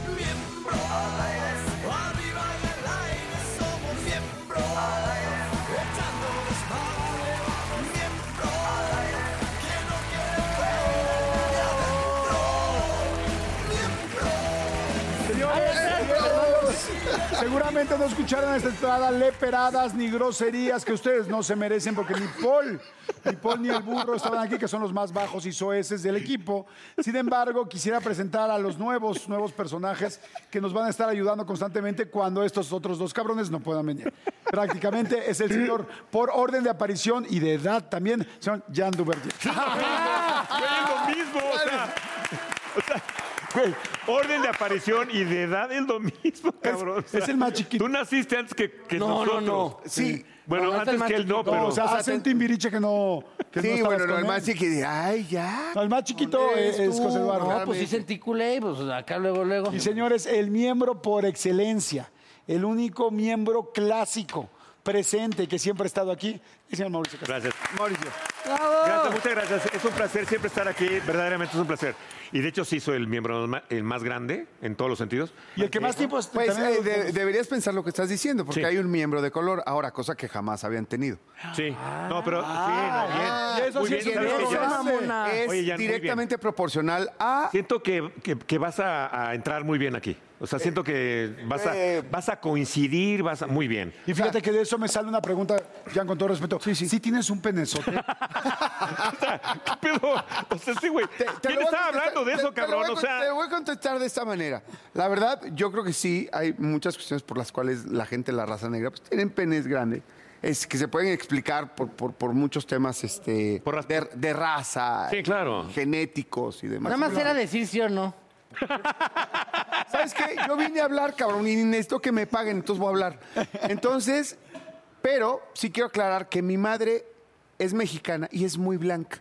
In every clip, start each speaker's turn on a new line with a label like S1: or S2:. S1: Miembro al aire, arriba en el aire, somos miembro al aire, echando desmadre, miembro al aire, que no quiere ver de adentro, miembro.
S2: Seguramente no escucharon esta entrada leperadas ni groserías que ustedes no se merecen porque ni Paul, ni Paul ni el burro estaban aquí, que son los más bajos y soeces del equipo. Sin embargo, quisiera presentar a los nuevos, nuevos personajes que nos van a estar ayudando constantemente cuando estos otros dos cabrones no puedan venir. Prácticamente es el señor, por orden de aparición y de edad también, señor Jan Duverger.
S3: Güey, es lo mismo, o sea, o sea, güey, orden de aparición y de edad es lo mismo, cabrón. o sea,
S2: es el más chiquito.
S3: Tú naciste antes que, que
S4: No, no,
S3: nosotros.
S4: no. Sí.
S3: Bueno,
S4: No,
S3: antes
S4: es el
S3: que él no,
S4: más chiquito.
S3: pero...
S2: O sea, hace un timbiriche que no. que no
S4: Sí,
S2: estabas
S4: bueno, no,
S2: con
S4: el
S2: él.
S4: más chiquito. Ay, ya.
S2: No, el más chiquito es, es José Eduardo.
S4: No,
S2: Dame.
S4: pues sí sentí culé, pues acá luego, luego.
S2: Y señores, el miembro por excelencia, el único miembro clásico presente que siempre ha estado aquí, el señor Mauricio Castro.
S3: Gracias.
S2: Mauricio.
S3: Gracias, muchas gracias. Es un placer siempre estar aquí, verdaderamente es un placer. Y de hecho sí soy el miembro ma- el más grande en todos los sentidos.
S2: Y el que más tiempo es-
S4: Pues
S2: también-
S4: eh, de- deberías pensar lo que estás diciendo, porque
S3: Sí.
S4: hay un miembro de color ahora, cosa que jamás habían tenido.
S3: Sí. No, pero sí, no, bien.
S2: Ah, y eso
S3: Muy
S2: sí
S3: bien,
S2: es
S3: ¿sabes
S2: miembro,
S3: qué, Jan?
S2: mamón.
S4: Es
S3: Oye, Jan, muy bien.
S4: directamente proporcional a...
S3: Siento que, que- que vas a, a entrar muy bien aquí. O sea, siento que vas a,
S4: eh,
S3: vas a coincidir, vas a... Muy bien.
S2: Y
S4: Ah.
S2: fíjate que de eso me sale una pregunta, Jan, con todo respeto. Sí, sí. tienes un penezote.
S3: ¿Qué pedo? O sea, sí, güey.
S4: Te- te
S3: ¿Quién
S4: lo voy a
S3: estaba
S4: contestar-
S3: hablando de
S4: te-
S3: eso,
S4: te lo voy
S3: cabrón?
S4: a
S3: O
S4: con-
S3: sea,
S4: Te voy a contestar de esta manera. La verdad, yo creo que sí, hay muchas cuestiones por las cuales la gente, la raza negra, pues tienen penes grandes. Es que se pueden explicar por, por- por muchos temas este,
S3: Por ras-
S4: de, de raza,
S3: Sí, claro.
S4: genéticos y demás.
S5: Nada más era decir sí o no.
S4: ¿Sabes qué? Yo vine a hablar, cabrón, y necesito que me paguen, entonces voy a hablar. Entonces, pero sí quiero aclarar que mi madre es mexicana y es muy blanca.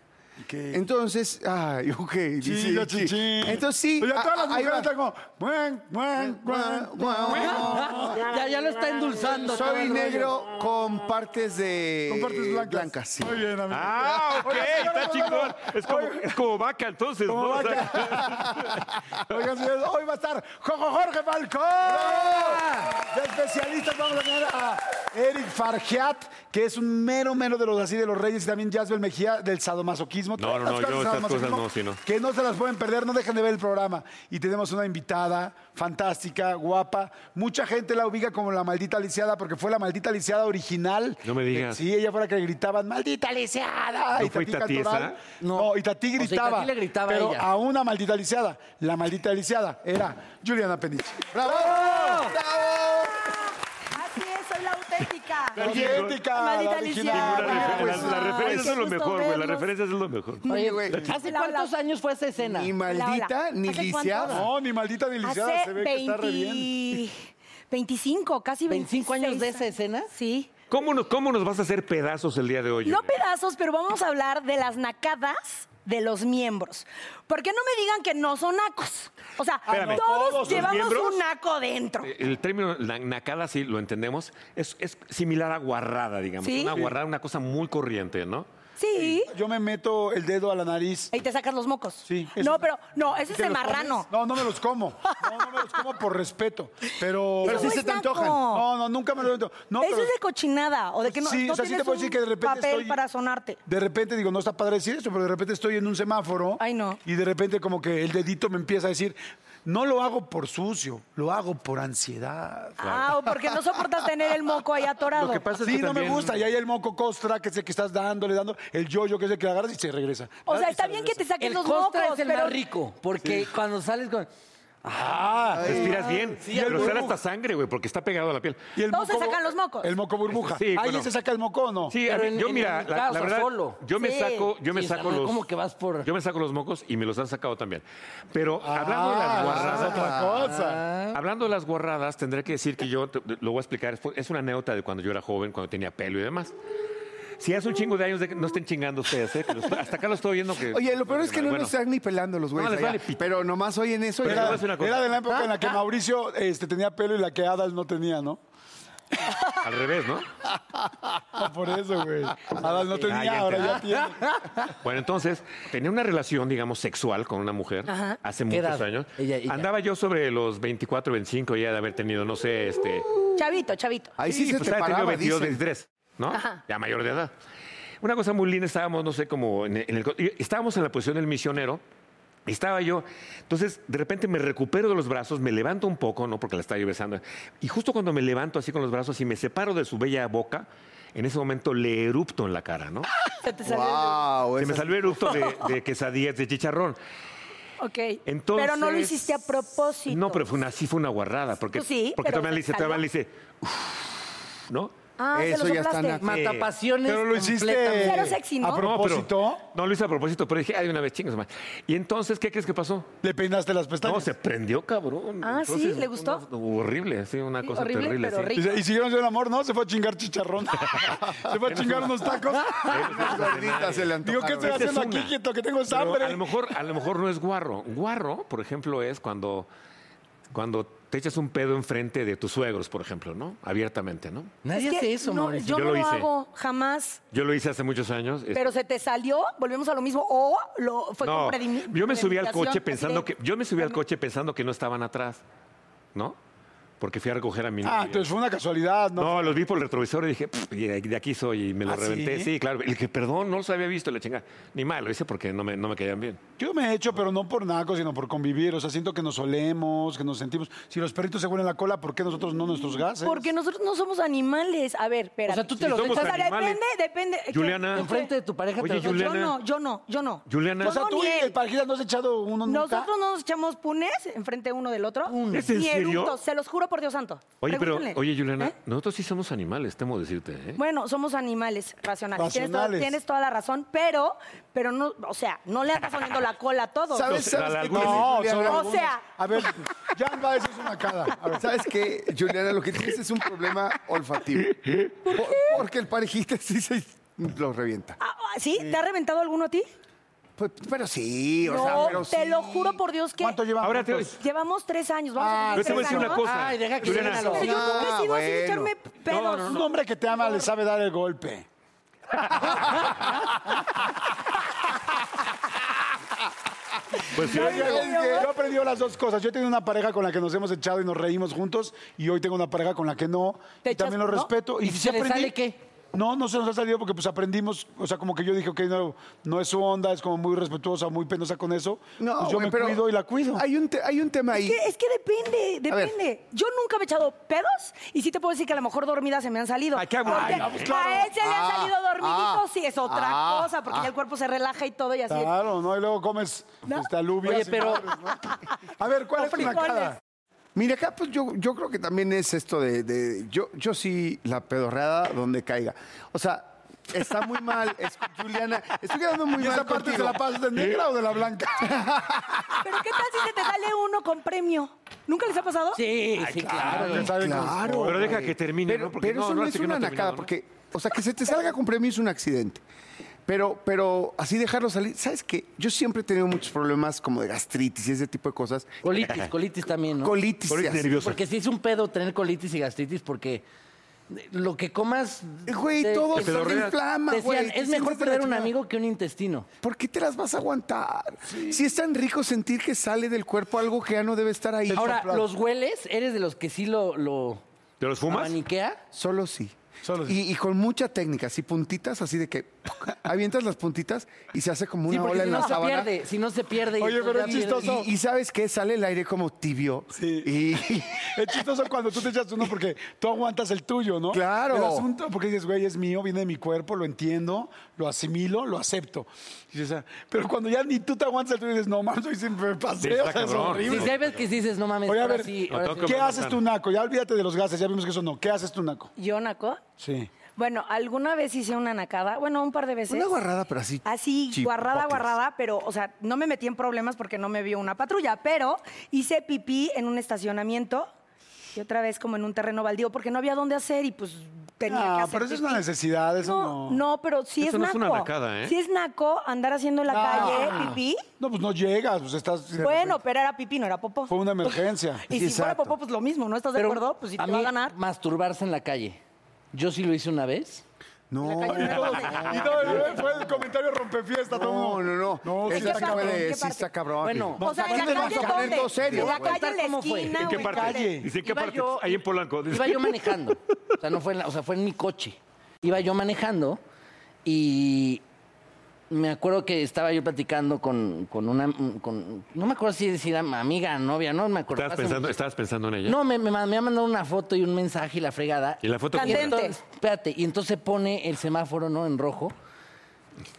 S4: Entonces, ay, ok. dice,
S2: Chinga,
S4: sí.
S2: chin.
S4: Entonces sí.
S2: Oye, Pues todas las
S4: ah, ahí
S2: mujeres
S4: va.
S2: están como. "Buen, buen, buen,
S4: Guau, guau.
S5: Ya, ya lo está endulzando. todo
S4: Soy
S5: el
S4: negro con partes de.
S2: Con partes blancas.
S4: sí.
S2: Muy bien, amigo.
S3: Ah, ok,
S2: Oigan,
S3: está
S2: señores,
S3: chingón. Es como, es como vaca, entonces, ¿no?
S2: Como
S3: O sea,
S2: Oigan, señores, hoy va a estar Jojo Jorge Falcón. De especialistas vamos a tener a Eric Fargiat, que es un mero, mero de los así de los reyes, y también Jasbel Mejía del sadomasoquismo.
S3: No, no, no,
S2: Todas las
S3: yo
S2: cosas de
S3: esas cosas
S2: sadomasoquismo
S3: no, sí, no.
S2: Que no se las pueden perder, no dejen de ver el programa. Y tenemos una invitada fantástica, guapa. Mucha gente la ubica como la maldita lisiada, porque fue la maldita lisiada original.
S3: No me digas.
S2: Sí, ella fue la que gritaban, maldita lisiada.
S3: ¿No
S2: y
S3: fue
S2: Tati
S3: Tati esa?
S2: Cantoral. No.
S5: No.
S2: y Tati
S5: O sea, y Tati
S2: gritaba.
S5: le gritaba a
S2: pero
S5: ella.
S2: a una maldita lisiada. La maldita lisiada era Juliana Peniche.
S4: ¡Bravo!
S6: Así es, soy la auténtica.
S2: Auténtica,
S6: Maldita
S2: la original.
S6: lisiada.
S3: la refer-
S6: pues,
S3: la- la
S6: ay,
S3: referencia es lo
S6: qué gusto
S3: mejor, güey. La
S6: verlos.
S3: referencia es lo mejor.
S5: rollo. Oye,
S4: güey.
S5: ¿Hace
S6: Hola,
S5: cuántos
S6: hola.
S5: años fue esa escena?
S4: Ni
S6: Hola, hola.
S4: maldita ni
S6: ¿Hace cuánto?
S4: lisiada.
S2: No, ni maldita ni lisiada.
S6: Hace
S2: se ve que está re bien.
S6: 20 25, casi 26.
S5: 25 años de esa escena.
S6: Sí.
S3: ¿Cómo nos, ¿Cómo nos vas a hacer pedazos el día de hoy?
S6: No
S3: Julia?
S6: pedazos, pero vamos a hablar de las nacadas de los miembros. ¿Por qué no me digan que no son nacos? O sea,
S3: Espérame.
S6: todos,
S3: ¿Todos los
S6: llevamos
S3: miembros?
S6: un naco dentro.
S3: Eh, El término na- nacada, sí, lo entendemos, es, es similar a guarrada, digamos.
S6: Sí.
S3: Una guarrada, una cosa muy corriente, ¿no?
S6: Sí.
S2: Yo me meto el dedo a la nariz.
S6: Ahí te sacas los mocos.
S2: Sí, eso
S6: No,
S2: es-
S6: pero no, ese es
S2: ¿Te
S6: el
S2: los
S6: marrano.
S2: comes? No, no me los como. No, no me los como por respeto. Pero.
S6: Pero sí se te Eso es antojan. naco.
S2: No, no, nunca me lo meto. No,
S6: Eso
S2: pero-
S6: es de cochinada. O de que no,
S2: Sí,
S6: no
S2: o sea, sí te
S6: tienes
S2: puedo decir
S6: un
S2: que de repente
S6: papel
S2: estoy-
S6: para sonarte.
S2: De repente digo, no está padre decir esto, pero de repente estoy en un semáforo.
S6: Ay, no.
S2: Y de repente como que el dedito me empieza a decir, no lo hago por sucio, lo hago por ansiedad.
S6: Ah, o porque no soportas tener el moco ahí atorado.
S7: Lo que pasa es
S2: sí,
S7: que
S2: no
S7: también-
S2: me gusta. Y hay el moco costra, que es el que estás dándole, dando, el yo-yo, que es el que agarras y se regresa.
S6: o sea, está bien que te saquen
S5: El
S6: los
S5: costra
S6: mocos,
S5: es el
S6: pero
S5: más rico, porque cuando sales con...
S3: Ah, respiras bien.
S7: Sí,
S3: pero
S7: algo-
S3: sale hasta sangre, güey, porque está pegado a la piel.
S2: Y el
S6: Todos se
S2: moco-
S6: sacan los mocos.
S2: El moco burbuja.
S3: Sí,
S2: Ahí
S3: bueno.
S2: se saca el moco, ¿o ¿no?
S3: Sí, a
S5: Pero
S3: mí-
S5: en-
S3: yo
S5: en
S3: mira,
S5: mi
S3: la,
S5: casa,
S3: la verdad,
S5: solo.
S3: yo me
S5: Sí.
S3: saco, yo me
S5: Sí,
S3: saco
S5: no,
S3: los,
S5: ¿cómo que vas por-
S3: yo me saco los mocos y me los han sacado también. Pero hablando de
S2: Ah,
S3: las
S2: esa es
S3: guarradas, Ah.
S2: otra cosa.
S3: Hablando de las guarradas, tendré que decir que yo te- lo voy a explicar. fue- Es una anécdota de cuando yo era joven, cuando tenía pelo y demás. Si hace un chingo de años, de que no estén chingando ustedes, ¿eh? que los- hasta acá lo estoy oyendo que.
S4: Oye, lo peor es que no
S3: bueno,
S4: nos están ni pelando los güeyes.
S3: les
S4: allá,
S3: vale pito.
S4: pero nomás oyen eso. y
S3: Pero
S4: ya.
S3: te voy a decir una cosa. Ah,
S2: Era de la época en la que Mauricio este, tenía pelo y la que Adal no tenía, ¿no?
S3: Al revés, ¿no?
S2: Ah, por eso, güey. Adal no tenía,
S3: Ah, ya
S2: ahora Ah, ya tiene.
S3: Bueno, entonces, tenía una relación, digamos, sexual con una mujer hace muchos
S5: edad?
S3: años.
S5: Ella- ella.
S3: Andaba yo sobre los 24, 25 ya de haber tenido, no sé, este.
S6: chavito, chavito.
S4: Ahí sí, se
S3: pues,
S4: te
S3: había tenido
S4: paraba,
S3: 22,
S4: dicen.
S3: 23, ¿no?
S6: Ajá.
S3: Ya mayor de edad. Una cosa muy linda, estábamos, no sé, como en el- en el co- y estábamos en la posición del misionero. y Estaba yo, entonces de repente me recupero de los brazos, me levanto un poco, ¿no? Porque la estaba yo besando. Y justo cuando me levanto así con los brazos y me separo de su bella boca, en ese momento le erupto en la cara, ¿no?
S6: Se te salió.
S2: Ah,
S4: Guau,
S3: Se me
S4: esas-
S3: salió erupto de, de quesadillas de chicharrón.
S6: Ok.
S3: Entonces,
S6: pero no lo hiciste a propósito.
S3: No, pero fue una, sí fue una guarrada. Porque,
S6: Pues sí,
S3: porque
S6: pero
S3: todavía le
S6: se
S3: dice, todavía
S6: salió.
S3: le dice, "Uf", ¿no?
S6: Ah, se
S4: Eso
S6: lo
S4: ya está
S6: soplaste.
S4: naco.
S5: Matapasiones
S2: Pero lo hiciste.
S5: completamente.
S6: Pero sexy, ¿no?
S2: A propósito,
S3: No, pero- no lo hice a propósito, pero dije, ay, de una vez chingas, man. Y entonces, ¿qué crees que pasó?
S2: le peinaste las
S3: No,
S2: pestañas.
S3: se prendió, cabrón.
S6: Ah, sí,
S3: Entonces,
S6: ¿le gustó? Ah,
S3: una- horrible, sí, una
S6: Sí,
S3: cosa
S6: horrible,
S3: terrible.
S6: pero
S3: sí.
S6: rico.
S2: Y, se- y siguieron siendo el amor, ¿no? Se fue a chingar chicharrón. se fue a chingar unos tacos.
S4: Esas gorditas se le
S2: Digo, ¿qué
S4: antojaron.
S2: estoy
S3: Esa es
S2: haciendo
S3: una.
S2: aquí, quieto? Que tengo
S3: Pero
S2: hambre.
S3: a lo mejor, a lo mejor no es guarro. Guarro, por ejemplo, es cuando, cuando te echas un pedo enfrente de tus suegros, por ejemplo, ¿no? Abiertamente, ¿no?
S5: Nadie
S6: Es que
S5: hace eso,
S6: no,
S5: Mauricio.
S6: Yo,
S3: Yo
S6: no
S3: lo
S6: lo,
S3: hice.
S6: hago jamás.
S3: Yo lo hice hace muchos años.
S6: Pero se te salió, volvemos a lo mismo. O lo, fue
S3: no,
S6: con predimi-
S3: yo me subí al
S6: premeditación,
S3: coche
S6: así
S3: pensando
S6: de-
S3: que, yo me subí al coche pensando que no estaban atrás, ¿no? Porque fui a recoger a mi
S2: Ah,
S3: novia.
S2: entonces fue una casualidad, ¿no?
S3: No, los vi por el retrovisor y dije, "Pff, y de de aquí soy, y me lo
S2: ¿Ah, sí?
S3: reventé. Sí, claro. Y le dije, perdón, no los había visto, la chingada. Ni mal, lo hice porque no me, no me caían bien.
S2: Yo me he hecho, pero no por naco, sino por convivir. O sea, siento que nos olemos, que nos sentimos. Si los perritos se huelen la cola, ¿por qué nosotros no nuestros gases?
S6: Porque nosotros no somos animales. A ver, espera.
S5: O sea, tú te lo
S3: somos
S5: echas
S6: O sea,
S3: animales.
S6: depende, depende. ¿qué?
S3: Juliana.
S5: enfrente de tu pareja.
S3: Oye,
S5: te los
S6: No, yo
S3: Juliana.
S6: no, yo no, yo no.
S3: Juliana.
S6: Yo
S2: O sea,
S6: no,
S2: tú
S6: ni
S2: y
S6: él.
S2: el parejita no has echado uno nunca.
S6: Nosotros no nos echamos punes enfrente uno del otro.
S3: ¿Es en
S6: Ni
S3: serio?
S6: eructos, se los juro por Dios santo.
S3: Oye, pero,
S6: Pregúntenle.
S3: oye, Juliana,
S6: ¿Eh?
S3: nosotros sí somos animales, temo decirte, ¿eh?
S6: Bueno, somos animales racionales. Tienes, toda,
S2: Racionales.
S6: tienes toda la razón, pero, pero no, o sea, no le andas poniendo la cola a todos.
S4: ¿Sabes,
S3: La
S4: sabes qué
S3: laguna.
S4: tiene
S2: No,
S4: Juliana?
S2: solo
S6: O
S2: algunos.
S6: sea.
S2: A ver, Jan va a decir una cara. A ver.
S4: ¿Sabes qué, Juliana? Lo que tienes es un problema olfativo. Po- Porque el parejita sí se los revienta.
S6: Ah, ah, ¿Sí? ¿Te ha reventado alguno a ti?
S4: Pues, pero sí, o
S6: no,
S4: sea, pero
S6: te
S4: sí.
S6: lo juro por Dios que
S2: ¿Cuánto llevan?
S3: Ahora te-
S2: juntos?
S6: llevamos tres años. Vamos a
S2: Ah,
S3: Yo
S6: cumplir
S3: te voy a
S6: tres
S3: decir una
S6: años.
S3: cosa.
S5: Ay, deja que
S3: Juliana,
S5: lleguen a los-
S6: Pero yo nunca he
S4: Ah,
S6: sido así de
S4: bueno.
S6: echarme pedos.
S2: Un hombre que te ama le sabe dar el golpe.
S3: pues sí,
S2: Yo, yo- yo aprendí las dos cosas. Yo he tenido una pareja con la que nos hemos echado y nos reímos juntos, y hoy tengo una pareja con la que no.
S6: ¿Te
S2: y también lo
S6: echas, no?
S2: respeto.
S5: ¿Y si
S2: sí
S5: se le
S2: aprendí-
S5: sale qué?
S2: No, no se nos ha salido porque pues aprendimos, o sea, como que yo dije, ok, no, no es su onda, es como muy respetuosa, muy penosa con eso.
S4: No,
S2: pues yo
S4: güey,
S2: me
S4: pero
S2: cuido y la cuido.
S4: Hay un, te- hay un tema ahí.
S6: Es que, es que depende,
S4: A ver.
S6: depende. Yo nunca me he echado pedos y sí te puedo decir que a lo mejor dormidas se me han salido.
S3: Ay, qué aburrido.
S6: Porque
S3: Ay, no, pues,
S6: A él se le han
S4: Ah,
S6: salido dormiditos
S4: ah,
S6: y es otra
S4: ah,
S6: cosa, porque ya el cuerpo se relaja y todo y así.
S2: Claro, ¿no? Y luego comes
S6: ¿No?
S2: este, alubias
S5: Oye,
S2: y
S5: pero
S2: madres, ¿no? A ver, ¿cuál
S6: O
S2: es tu
S6: frijoles.
S2: nacada?
S4: Mira, acá pues yo, yo creo que también es esto de, de- yo, yo sí la pedorreada donde caiga. O sea, está muy mal, es- Juliana, estoy quedando muy
S2: ¿Y
S4: mal
S2: esa parte
S4: contigo.
S2: se la pasas de negra o de la blanca?
S6: Pero ¿qué tal si se te sale uno con premio? ¿Nunca les ha pasado?
S5: Sí, sí, claro.
S2: ¿Quién sabe cómo-
S4: Ah, Claro.
S3: Pero deja
S4: güey.
S3: que termine,
S4: Pero,
S3: ¿no? Porque
S4: pero
S3: no,
S4: eso no,
S3: no,
S4: es
S3: sí que no
S4: una
S3: ha
S4: nacada,
S3: terminado, ¿no?
S4: porque, o sea, que se te salga con premio es un accidente. Pero, pero así dejarlo salir, ¿sabes qué? Yo siempre he tenido muchos problemas como de gastritis y ese tipo de cosas.
S5: Colitis, colitis también, ¿no?
S4: Colitis.
S3: Colitis
S4: y así.
S3: nerviosa.
S5: Porque sí es un pedo tener colitis y gastritis porque lo que comas.
S4: Eh, Güey,
S5: te-
S4: todo
S3: Te
S4: se te
S3: pedorreas.
S4: inflama,
S5: Decían,
S4: güey. te
S5: es
S4: sientes
S5: mejor
S4: de la
S5: perder un
S4: chingada.
S5: amigo que un intestino.
S4: ¿Por qué te las vas a aguantar? Si es tan rico sentir que sale del cuerpo algo que ya no debe estar ahí.
S5: Ahora, ¿los hueles? ¿Eres de los que sí lo, lo
S3: ¿Te los fumas?
S5: abaniquea?
S4: Solo sí.
S2: Solo sí.
S4: y, y con mucha técnica, así puntitas, así de que ¡puc! avientas las puntitas y se hace como
S5: Sí,
S4: una
S5: porque
S4: ola
S5: si
S4: en
S5: no
S4: la
S5: se
S4: sábana.
S5: pierde, si no se pierde. y
S2: Oye,
S5: entonces
S2: pero
S5: ya
S2: es chistoso.
S5: pierdes.
S4: Y, y sabes qué, sale el aire como tibio.
S2: Sí.
S4: Y
S2: Es chistoso cuando tú te echas uno porque tú aguantas el tuyo, ¿no?
S4: Claro.
S2: El asunto, porque dices, güey, es mío, viene de mi cuerpo, lo entiendo, lo asimilo, lo acepto. Y dices, ah, pero cuando ya ni tú te aguantas el tuyo, dices, no, mames, hoy sí me pasé,
S3: Sí, está
S2: o sea, es
S3: cabrón.
S2: horrible.
S5: Sí, sí, hay veces que sí dices, no mames,
S2: Oye, a
S5: ahora
S2: ver,
S5: sí,
S3: no
S5: ahora
S3: tengo
S5: sí.
S3: que-
S2: ¿qué haces tú, Naco? Ya olvídate de los gases, ya vimos que eso no. ¿Qué haces tú, Naco?
S6: ¿Yo, Naco?
S2: Sí.
S6: Bueno, alguna vez hice una nacada, bueno, un par de veces.
S4: una guarrada, pero así.
S6: Así,
S4: chip-
S6: guarrada,
S4: pockets.
S6: guarrada, pero, o sea, no me metí en problemas porque no me vio una patrulla, pero hice pipí en un estacionamiento y otra vez como en un terreno baldío porque no había dónde hacer y pues tenía que
S2: Ah,
S6: hacer
S2: pero eso es
S6: pipí.
S2: una necesidad, eso
S6: No,
S2: no.
S6: no, pero sí
S3: Eso
S6: es
S3: no
S6: naco.
S3: es una nacada, ¿eh?
S6: Sí es naco andar haciendo en la calle pipí.
S2: No, pues no llegas, pues estás.
S6: Bueno, pero era pipí, no era popó.
S2: Fue una emergencia.
S6: Y si fuera popó, pues lo mismo, ¿no? ¿Estás de
S5: Pero
S6: acuerdo? Pues si
S5: a
S6: te va a
S5: mí,
S6: ganar.
S5: masturbarse en la calle. Yo sí lo hice una vez.
S4: No,
S2: Y todo- y todo- fue el comentario rompefiesta, todo el
S4: no,
S2: mundo.
S4: no, no.
S2: No, sí
S4: Esa
S2: está
S4: sí fue
S6: cabrón,
S4: de-
S6: qué
S4: sí
S6: parte.
S4: está cabrón.
S5: Bueno.
S6: O sea, en
S4: Vamos
S6: la
S4: a
S6: calle
S4: poner todo
S6: dónde?
S4: serio,
S6: En la
S4: güey.
S6: calle en la
S5: ¿Cómo fue?
S6: esquina.
S3: ¿En qué
S6: o
S3: parte?
S6: calle?
S3: Dice, ¿en qué
S5: Iba
S3: parte?
S5: yo-
S3: Ahí en Polanco.
S5: Iba yo manejando. O sea, no fue en la- o sea, fue en mi coche. Iba yo manejando y me acuerdo que estaba yo platicando con, con una... con- no me acuerdo si decir am- amiga, novia, no me acuerdo.
S3: ¿Estabas
S5: Hace
S3: pensando,
S5: mucho-
S3: estabas pensando en ella?
S5: No, me, me, ma- me ha mandado una foto y un mensaje y la fregada.
S3: ¿Y la foto cómo
S5: Y
S3: era?
S6: Candente.
S5: entonces- espérate, y entonces pone el semáforo, ¿no? En rojo.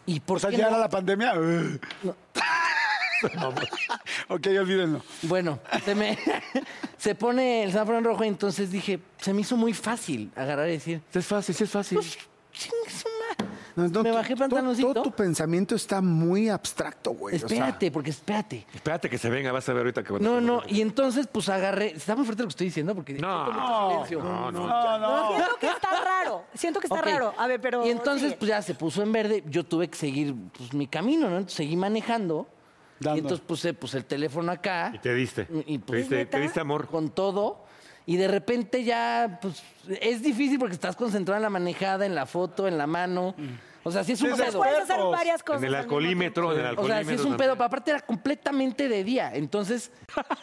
S5: Y por
S2: O sea,
S5: qué
S2: ya
S5: no?
S2: era la pandemia. ok, olvídenlo.
S5: Bueno, se me se pone el semáforo en rojo y entonces dije, se me hizo muy fácil agarrar y decir, "Pues,
S3: Es fácil, sí es fácil.
S5: "Chingue su madre".
S4: No, no,
S5: me
S4: tú-
S5: bajé
S4: todo- Todo tu
S5: pantaloncito.
S4: pensamiento está muy abstracto, güey. o sea.
S5: Espérate, porque espérate.
S3: Espérate que se venga, vas a ver ahorita que va a
S5: No, no, y entonces pues agarré, está muy fuerte lo que estoy diciendo porque
S3: No,
S5: silencio.
S3: no, no.
S2: No, no.
S6: Siento que está raro. Siento que está
S5: Ok.
S6: raro. A ver, pero.
S5: Y entonces,
S6: sigue.
S5: pues ya se puso en verde. Yo tuve que seguir pues, mi camino, ¿no? Entonces seguí manejando.
S2: Dando.
S5: Y entonces puse pues, el teléfono acá.
S3: Y te diste.
S5: Y,
S3: te,
S5: pues,
S3: diste te
S6: ¿neta?
S3: diste amor.
S5: con todo. Y de repente ya, pues, es difícil porque estás concentrado en la manejada, en la foto, en la mano. O sea, sí es un
S2: Entonces,
S5: pedo.
S6: Puedes hacer
S2: Expertos.
S6: varias cosas.
S3: En el
S6: al mismo
S3: alcoholímetro, en el
S5: O
S3: alcoholímetro.
S5: sea, sí es un
S3: también.
S5: pedo, pero aparte era completamente de día. Entonces,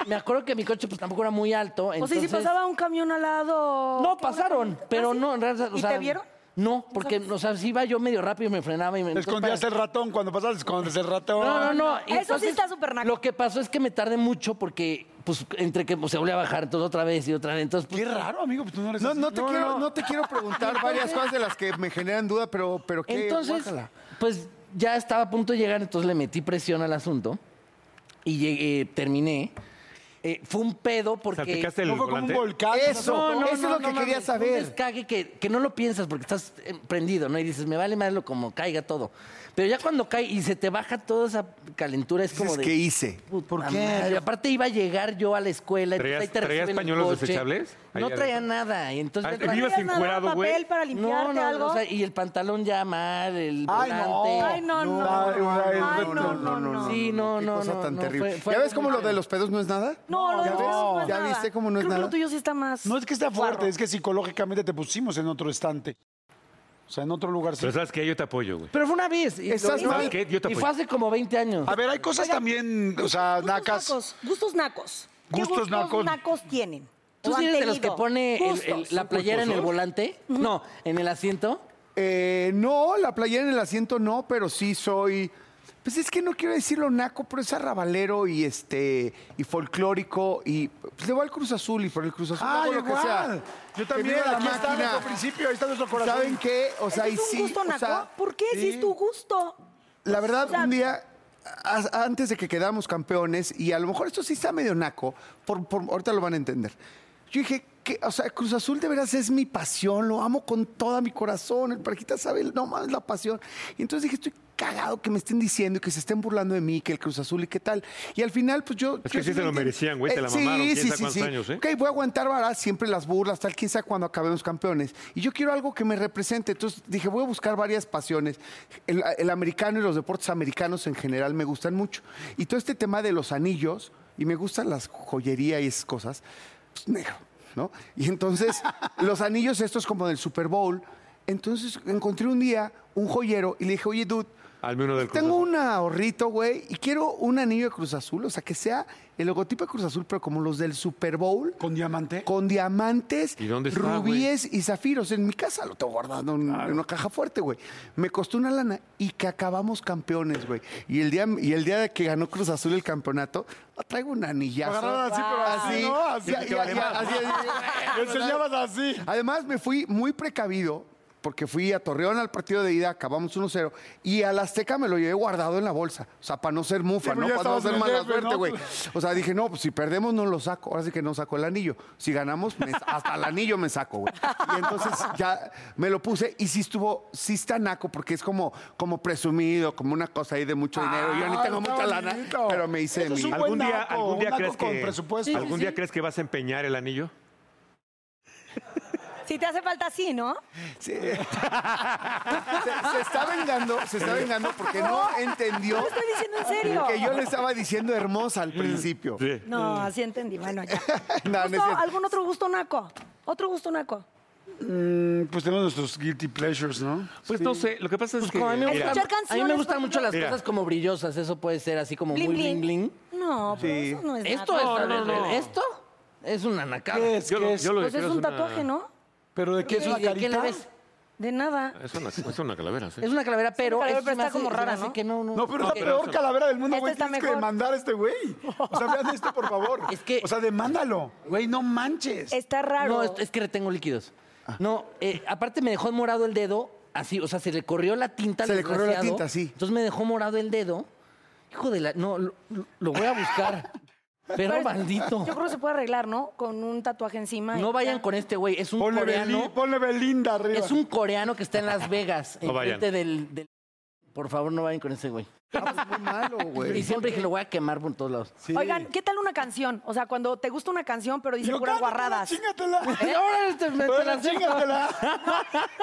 S5: me acuerdo que mi coche pues tampoco era muy alto.
S6: tiempo. O sea, ¿y si
S5: entonces-
S6: pasaba un camión al lado.
S5: No,
S6: ¿Qué una
S5: pasaron,
S6: camioneta?
S5: pero
S6: ¿Ah, sí?
S5: no, en realidad. o
S6: ¿Y
S5: sea,
S6: te vieron?
S5: No, porque, o sea, si iba yo medio rápido y me frenaba y me.
S2: Escondías el ratón. Cuando pasas, escondes el ratón.
S5: No, no, no. Y
S6: Eso sí está súper naco.
S5: Lo que pasó es que me tardé mucho porque, pues, entre que pues, se volvió a bajar, entonces otra vez y otra vez. Entonces, pues,
S2: Qué raro, amigo, pues tú no eres
S4: No,
S2: así.
S4: no te,
S5: No,
S4: quiero,
S5: no.
S4: no te quiero preguntar varias cosas de las que me generan duda, pero, pero qué.
S5: Entonces,
S4: guácala.
S5: pues ya estaba a punto de llegar, entonces le metí presión al asunto y llegué, terminé. Eh, fue un pedo porque...
S3: ¿Salpicaste el
S2: No fue como un
S3: volante?
S2: volcán.
S4: Eso,
S2: No,
S4: eso es lo que quería
S5: mames,
S4: saber.
S5: Un descague que, que no lo piensas porque estás eh, prendido, ¿no? Y dices, me vale más lo como caiga todo. Pero ya cuando cae y se te baja toda esa calentura, es como
S4: Dices,
S5: de...
S4: ¿qué hice?
S5: puta madre. Aparte iba a llegar yo a la escuela. entonces
S3: ¿Traías-
S5: ahí te
S3: traías
S5: reciben el
S3: pañuelos
S5: coche.
S3: desechables? Ahí
S5: No traía
S3: adentro.
S5: nada. y entonces...
S3: Ah,
S5: ya
S6: ¿No
S3: Ibas
S6: traías nada,
S3: encuerado, güey.
S6: papel para limpiarte
S5: no,
S6: algo?
S5: o sea, y el pantalón ya mal, el volante.
S2: Ay, no.
S6: Ay, no, no.
S2: No,
S6: Ay, no,
S2: no,
S6: no, no, no.
S5: Sí, no,
S4: qué
S5: no,
S4: cosa
S5: no,
S4: tan
S5: no,
S4: terrible.
S5: fue- fue
S4: ¿Ya ves
S5: algo
S4: cómo
S5: muy
S4: lo de los pedos no es nada?
S6: No, lo de
S4: ¿Ya
S6: los
S4: ves?
S6: míos no es
S4: ¿Ya
S6: nada.
S4: viste cómo no es
S6: Creo que
S4: nada?
S6: lo tuyo sí está más.
S2: No es que está fuerte,
S6: guarro.
S2: es que psicológicamente te pusimos en otro estante. O sea, en otro lugar. sí.
S3: Pero sabes que yo te apoyo, güey.
S5: Pero fue una vez. Y,
S4: Estás
S5: lo-
S4: mal.
S5: y-
S3: ¿Qué? Yo te
S5: y
S3: apoyo.
S5: fue hace como 20 años.
S2: A ver, hay cosas también, o sea,
S6: Gustos
S2: nacas.
S6: nacos. Gustos nacos. ¿Qué
S2: Gustos
S6: gustos
S2: nacos.
S6: nacos, tienen?
S5: ¿Tú
S6: ¿O
S5: sí
S6: han
S5: eres de los que
S6: tenido?
S5: pone el- el-
S6: Gustos.
S5: la playera en el volante? No, en el asiento.
S4: Eh, no, la playera en el asiento no, pero sí soy. Pues es que no quiero decirlo naco, pero es arrabalero y este y folclórico y pues le voy al Cruz Azul y por el Cruz Azul
S2: Ah,
S4: hago lo que sea.
S2: igual. Yo también,
S4: Tenía la
S2: aquí está
S4: máquina.
S2: nuestro principio, ahí está nuestro corazón.
S4: ¿Saben qué? O sea,
S6: ¿Ese
S4: y
S6: ¿Es un
S4: sí,
S6: gusto
S4: o
S6: naco?
S4: sea,
S6: ¿Por qué? Si
S2: sí.
S6: es tu gusto.
S4: La verdad,
S6: O sea,
S4: un día, a- antes de que quedáramos campeones, y a lo mejor esto sí está medio naco, por, por- ahorita lo van a entender. Yo dije, que, o sea, Cruz Azul de veras es mi pasión, lo amo con toda mi corazón, el parejita sabe, no mames, la pasión. Y entonces dije, estoy cagado que me estén diciendo y que se estén burlando de mí, que el Cruz Azul y qué tal. Y al final, pues yo...
S3: Es
S4: yo
S3: que sí se lo
S4: entiendo. Eh,
S3: merecían, güey, te la
S4: sí,
S3: mamaron, quién
S4: sí,
S3: sabe
S4: sí,
S3: cuántos
S4: sí.
S3: años, ¿eh?
S4: Ok, voy a aguantar varas, siempre las burlas, tal, quién sabe cuando acabemos campeones. Y yo quiero algo que me represente. Entonces dije, voy a buscar varias pasiones. El, el americano y los deportes americanos en general me gustan mucho. Y todo este tema de los anillos, y me gustan las joyería y esas cosas, pues negro. ¿no? Y entonces, los anillos estos como del Super Bowl. Entonces, encontré un día un joyero y le dije, oye, dude,
S3: Hazme uno del Cruz
S4: tengo
S3: Azul".
S4: un ahorrito, güey, y quiero un anillo de Cruz Azul. O sea, que sea el logotipo de Cruz Azul, pero como los del Super Bowl.
S2: ¿Con diamante?
S4: Con diamantes,
S3: ¿Y dónde está,
S4: rubíes y zafiros. En mi casa lo tengo guardado en, en una caja fuerte, güey. Me costó una lana y que acabamos campeones, güey. Y el día, y el día de que ganó Cruz Azul el campeonato, traigo un anillazo.
S2: Agarraron así, pero así, ¿no? Así,
S4: Ya,
S2: que
S4: ya,
S2: vale
S4: ya,
S2: más.
S4: así, así.
S2: Lo enseñabas así.
S4: Además, me fui muy precavido porque fui a Torreón al partido de ida, acabamos 1-0, y al Azteca me lo llevé guardado en la bolsa. O sea, para no ser mufa,
S2: Sí, pues
S4: ¿no?
S2: ya
S4: Para no
S2: estabas en
S4: ser
S2: el
S4: mala
S2: DF,
S4: suerte,
S2: ¿no?
S4: güey. O sea, dije, no, pues si perdemos no lo saco. Ahora sí que no saco el anillo. Si ganamos, me- hasta el anillo me saco, güey. Y entonces ya me lo puse y sí estuvo, sí está naco, porque es como, como presumido, como una cosa ahí de mucho dinero. Yo ni
S2: Ah,
S4: tengo
S2: está
S4: mucha lana,
S2: bonito.
S4: pero me hice
S2: Eso es
S4: mi...
S2: un
S3: ¿Algún
S2: buen
S3: día,
S2: naco,
S3: algún
S2: un
S3: día
S2: naco
S3: crees
S2: con
S3: que
S2: presupuesto.
S3: algún día crees que vas a empeñar el anillo?
S6: Si te hace falta así, ¿no?
S4: Sí. se, se está vengando, se está vengando porque no entendió
S6: No lo estoy diciendo en serio.
S4: que yo le estaba diciendo hermosa
S3: Mm,
S4: al principio.
S6: No, así entendí. Bueno, ya.
S4: No, no es
S6: Gusto,
S4: cierto.
S6: ¿Algún otro gusto naco? ¿Otro gusto naco?
S2: Pues tenemos nuestros guilty pleasures, ¿no?
S3: Pues no sé, lo que pasa es que...
S5: Como a, mí me
S3: Mira,
S5: gustan-
S6: Escuchar canciones,
S5: a mí me gustan
S6: por
S5: mucho las
S3: ejemplo.
S5: cosas como brillosas, eso puede ser así como
S6: Bling,
S5: muy
S6: bling.
S5: bling bling.
S6: No, pero eso no es
S5: Esto
S6: naco.
S5: es,
S6: No, no, no.
S5: esto es una anacada.
S2: ¿Qué es?
S3: yo lo-
S2: ¿Qué es?
S3: yo lo
S6: Pues
S3: que
S6: es
S3: quiero
S6: un
S3: una-
S6: tatuaje, ¿no?
S2: ¿Pero de qué es
S5: ¿Y
S2: la
S5: de qué la
S2: carita?
S5: ves?
S6: De nada.
S3: Es una, es una calavera, sí.
S5: Es una calavera, pero,
S6: calavera,
S5: esto se
S6: pero
S5: me
S6: está como
S5: se me
S6: rara,
S5: hace
S6: ¿no?
S5: que no, no.
S2: No, pero es la
S5: Ok.
S2: peor calavera del mundo,
S6: Esta
S2: güey.
S6: está
S2: Tienes que
S6: mejor.
S2: demandar a este güey. O sea, vean esto, por favor.
S5: Es que-
S2: O sea, demándalo. Güey, no manches.
S6: Está raro.
S5: No, es, es que retengo líquidos.
S4: Ah.
S5: No, eh, aparte me dejó morado el dedo, así, o sea, se le corrió la tinta. al
S4: Se le corrió la
S5: desgraciado,
S4: tinta, sí.
S5: Entonces me dejó morado el dedo. Hijo de la... No, lo, lo voy a buscar. Pero maldito.
S6: Yo creo que se puede arreglar, ¿no? Con un tatuaje encima. y
S5: No vayan
S6: ya.
S5: con este güey, es un
S2: Ponle, Beli-
S5: coreano.
S2: ponle
S4: Mm,
S2: Belinda arriba.
S5: Es un coreano que está en Las Vegas,
S3: No vayan.
S5: enfrente del, del- Por favor, no vayan con ese güey.
S4: Ah, pues, muy malo,
S5: Y
S4: güey.
S5: siempre dije, lo voy a quemar por todos lados.
S6: Oigan, ¿qué tal una canción? O sea, cuando te gusta una canción, pero dice
S2: Pero
S6: puras
S2: cállatela,
S6: guarradas.
S2: Chingatela.
S5: Y ahora te, me- te la
S2: Bueno,
S5: acepto.
S2: chingatela.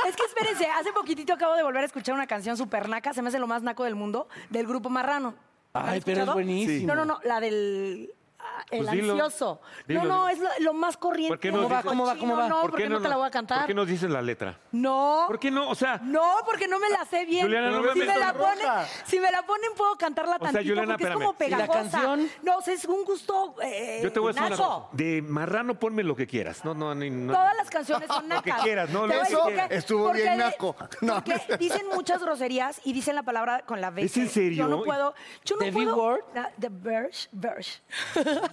S6: Es que espérense, hace poquitito acabo de volver a escuchar una canción super naca, se me hace lo más naco del mundo, del grupo Marrano. ¿La han
S5: Ay, pero es
S6: escuchado?
S5: buenísimo.
S6: No, no, no, la del... ah, El
S3: Pues dilo.
S6: ansioso.
S3: Dilo,
S6: no,
S3: dilo.
S6: no, es lo, lo más corriente.
S3: ¿Por qué no
S6: lo
S3: dices-
S5: ¿Cómo va, cómo va?
S6: cochino, No, porque no, te la
S3: nos-
S6: voy a cantar.
S3: ¿Por qué no dices la letra?
S6: No.
S3: ¿Por qué no? O sea,
S6: No, porque no me la sé bien.
S3: Juliana, no
S6: si,
S3: mames,
S6: me la
S3: roja.
S6: ponen, si me la ponen, puedo
S3: sea,
S6: cantarla tantito
S3: Juliana,
S6: porque
S3: espérame.
S6: es como
S3: ¿Y
S5: la
S6: pegajosa.
S5: canción?
S6: No, o sea, es un gusto eh,
S3: yo te voy a decir una
S6: naco.
S3: cosa. De marrano ponme lo que quieras. No, no, ni- no.
S6: Todas las canciones son nacas.
S3: que quieras, no,
S6: Te
S3: lo
S6: voy a
S3: que quieras.
S6: decir por qué.
S4: Estuvo
S6: Porque
S4: bien
S6: di-
S4: naco. No.
S6: porque dicen muchas groserías y dicen la palabra con la B.
S3: ¿Es en serio?
S6: Yo no puedo. Yo no
S5: ¿The
S6: puedo.
S5: B-word?
S6: La- the verge, verge.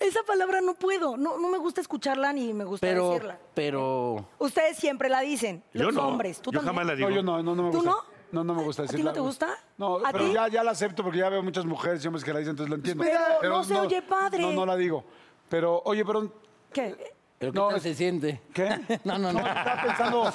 S6: Esa palabra no puedo. No, no me gusta escucharla ni me gusta
S5: Pero,
S6: decirla.
S5: pero...
S6: Ustedes siempre la dicen.
S3: Yo
S6: los
S3: no.
S6: hombres. ¿Tú
S3: Yo jamás
S6: también?
S3: la digo.
S2: No, yo no, no, no me
S6: ¿Tú
S2: gusta.
S6: no?
S2: No, no me gusta
S6: ¿A ti
S2: decirla.
S6: no te gusta?
S2: No,
S6: ¿A
S2: pero
S6: ti?
S2: ya, ya la acepto porque ya veo muchas mujeres y hombres que la dicen, entonces la entiendo.
S6: Pero no se oye padre.
S2: No, no la digo. Pero, oye, pero...
S6: ¿Qué?
S5: ¿Pero qué
S2: No,
S5: tal
S2: es-
S5: se siente?
S2: ¿Qué?
S5: No, no, no.
S2: Estaba pensando...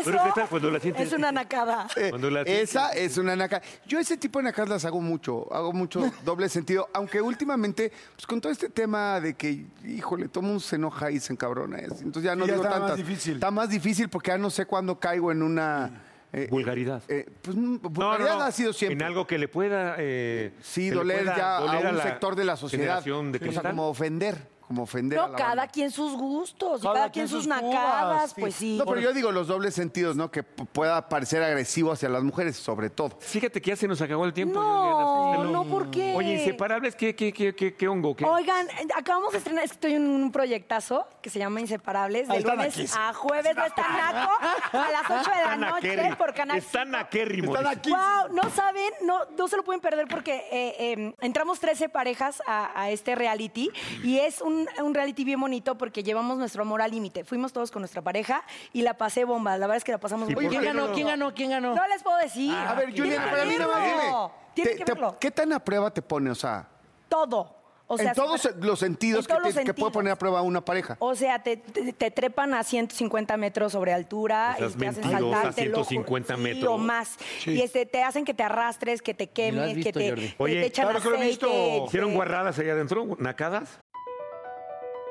S6: Eso
S3: ¿qué tal cuando la sientes?
S6: es una nacada.
S3: Cuando la-
S4: Eh, Esa es una naca. Yo ese tipo de nacas las hago mucho, hago mucho doble sentido, aunque últimamente, pues con todo este tema de que, híjole, todo mundo se enoja y se encabrona, es- entonces ya no
S2: Y ya
S4: digo
S2: está más
S4: tantas.
S2: difícil.
S4: Está más difícil porque ya no sé cuándo caigo en una... eh,
S3: Vulgaridad.
S4: eh, pues mm,
S3: No, no,
S4: vulgaridad
S3: no.
S4: ha sido siempre.
S3: En algo que le pueda. eh,
S4: Sí,
S3: que le
S4: doler
S3: pueda
S4: ya
S3: doler
S4: a un sector de la sociedad.
S3: generación de
S4: o sea,
S3: cristal.
S4: como ofender, como ofender a
S6: No,
S4: la
S6: cada
S4: banda.
S6: quien sus gustos, y
S2: Cada
S6: cada,
S2: quien
S6: quien sus,
S2: sus cubas,
S6: nacadas,
S2: sí.
S6: pues sí.
S4: No, pero yo digo los dobles sentidos, ¿no? Que p- pueda parecer agresivo hacia las mujeres, sobre todo.
S3: Fíjate que ya se nos acabó el tiempo.
S6: No,
S3: Juliana,
S6: no, ¿por qué?
S3: Oye, inseparables, ¿qué, qué, qué, qué, qué hongo? ¿Qué?
S6: Oigan, eh, acabamos de estrenar, es que estoy en un proyectazo que se llama Inseparables, de
S2: Ahí está
S6: lunes
S2: naquísimo.
S6: a jueves, no está naco, a las 8 de la
S3: Ah, Están
S6: noche
S3: aquérrimos.
S6: por Canal
S3: Están
S6: 5.
S3: aquérrimos.
S2: Están aquí.
S6: Wow, no saben, no, no se lo pueden perder porque eh, eh, entramos 13 parejas a, a este reality y es un, un reality bien bonito porque llevamos nuestro amor al límite. Fuimos todos con nuestra pareja y la pasé bomba. La verdad es que la pasamos muy
S5: ¿Quién
S6: bien.
S5: ganó? ¿Quién ganó? ¿Quién ganó?
S6: No les puedo decir.
S4: A ver,
S6: Tienen
S4: Juliana,
S6: que
S4: para mí no
S6: verlo.
S4: me
S6: Tienen que verlo.
S4: ¿Qué tan a prueba te pone? O sea,
S6: Todo. O sea,
S4: en todos
S6: super-
S4: los sentidos
S6: en todos
S4: que,
S6: los
S4: te- que puede
S6: sentidos.
S4: poner a prueba una pareja.
S6: O sea, te, te- te trepan a 150 metros sobre altura.
S3: No seas
S6: y te hacen
S3: mentirosa,
S6: saltar, te lo juro,
S3: 150
S6: sí,
S3: metros.
S6: o más. Y este, te hacen que te arrastres, que te
S5: Ni lo
S6: quemes,
S5: has
S6: que
S5: visto,
S6: te,
S5: Jordi.
S6: que
S3: Oye,
S6: te echan
S2: claro que lo he
S6: aceite,
S2: visto.
S3: ¿Hicieron
S6: que-
S3: guarradas allá adentro? ¿Nacadas?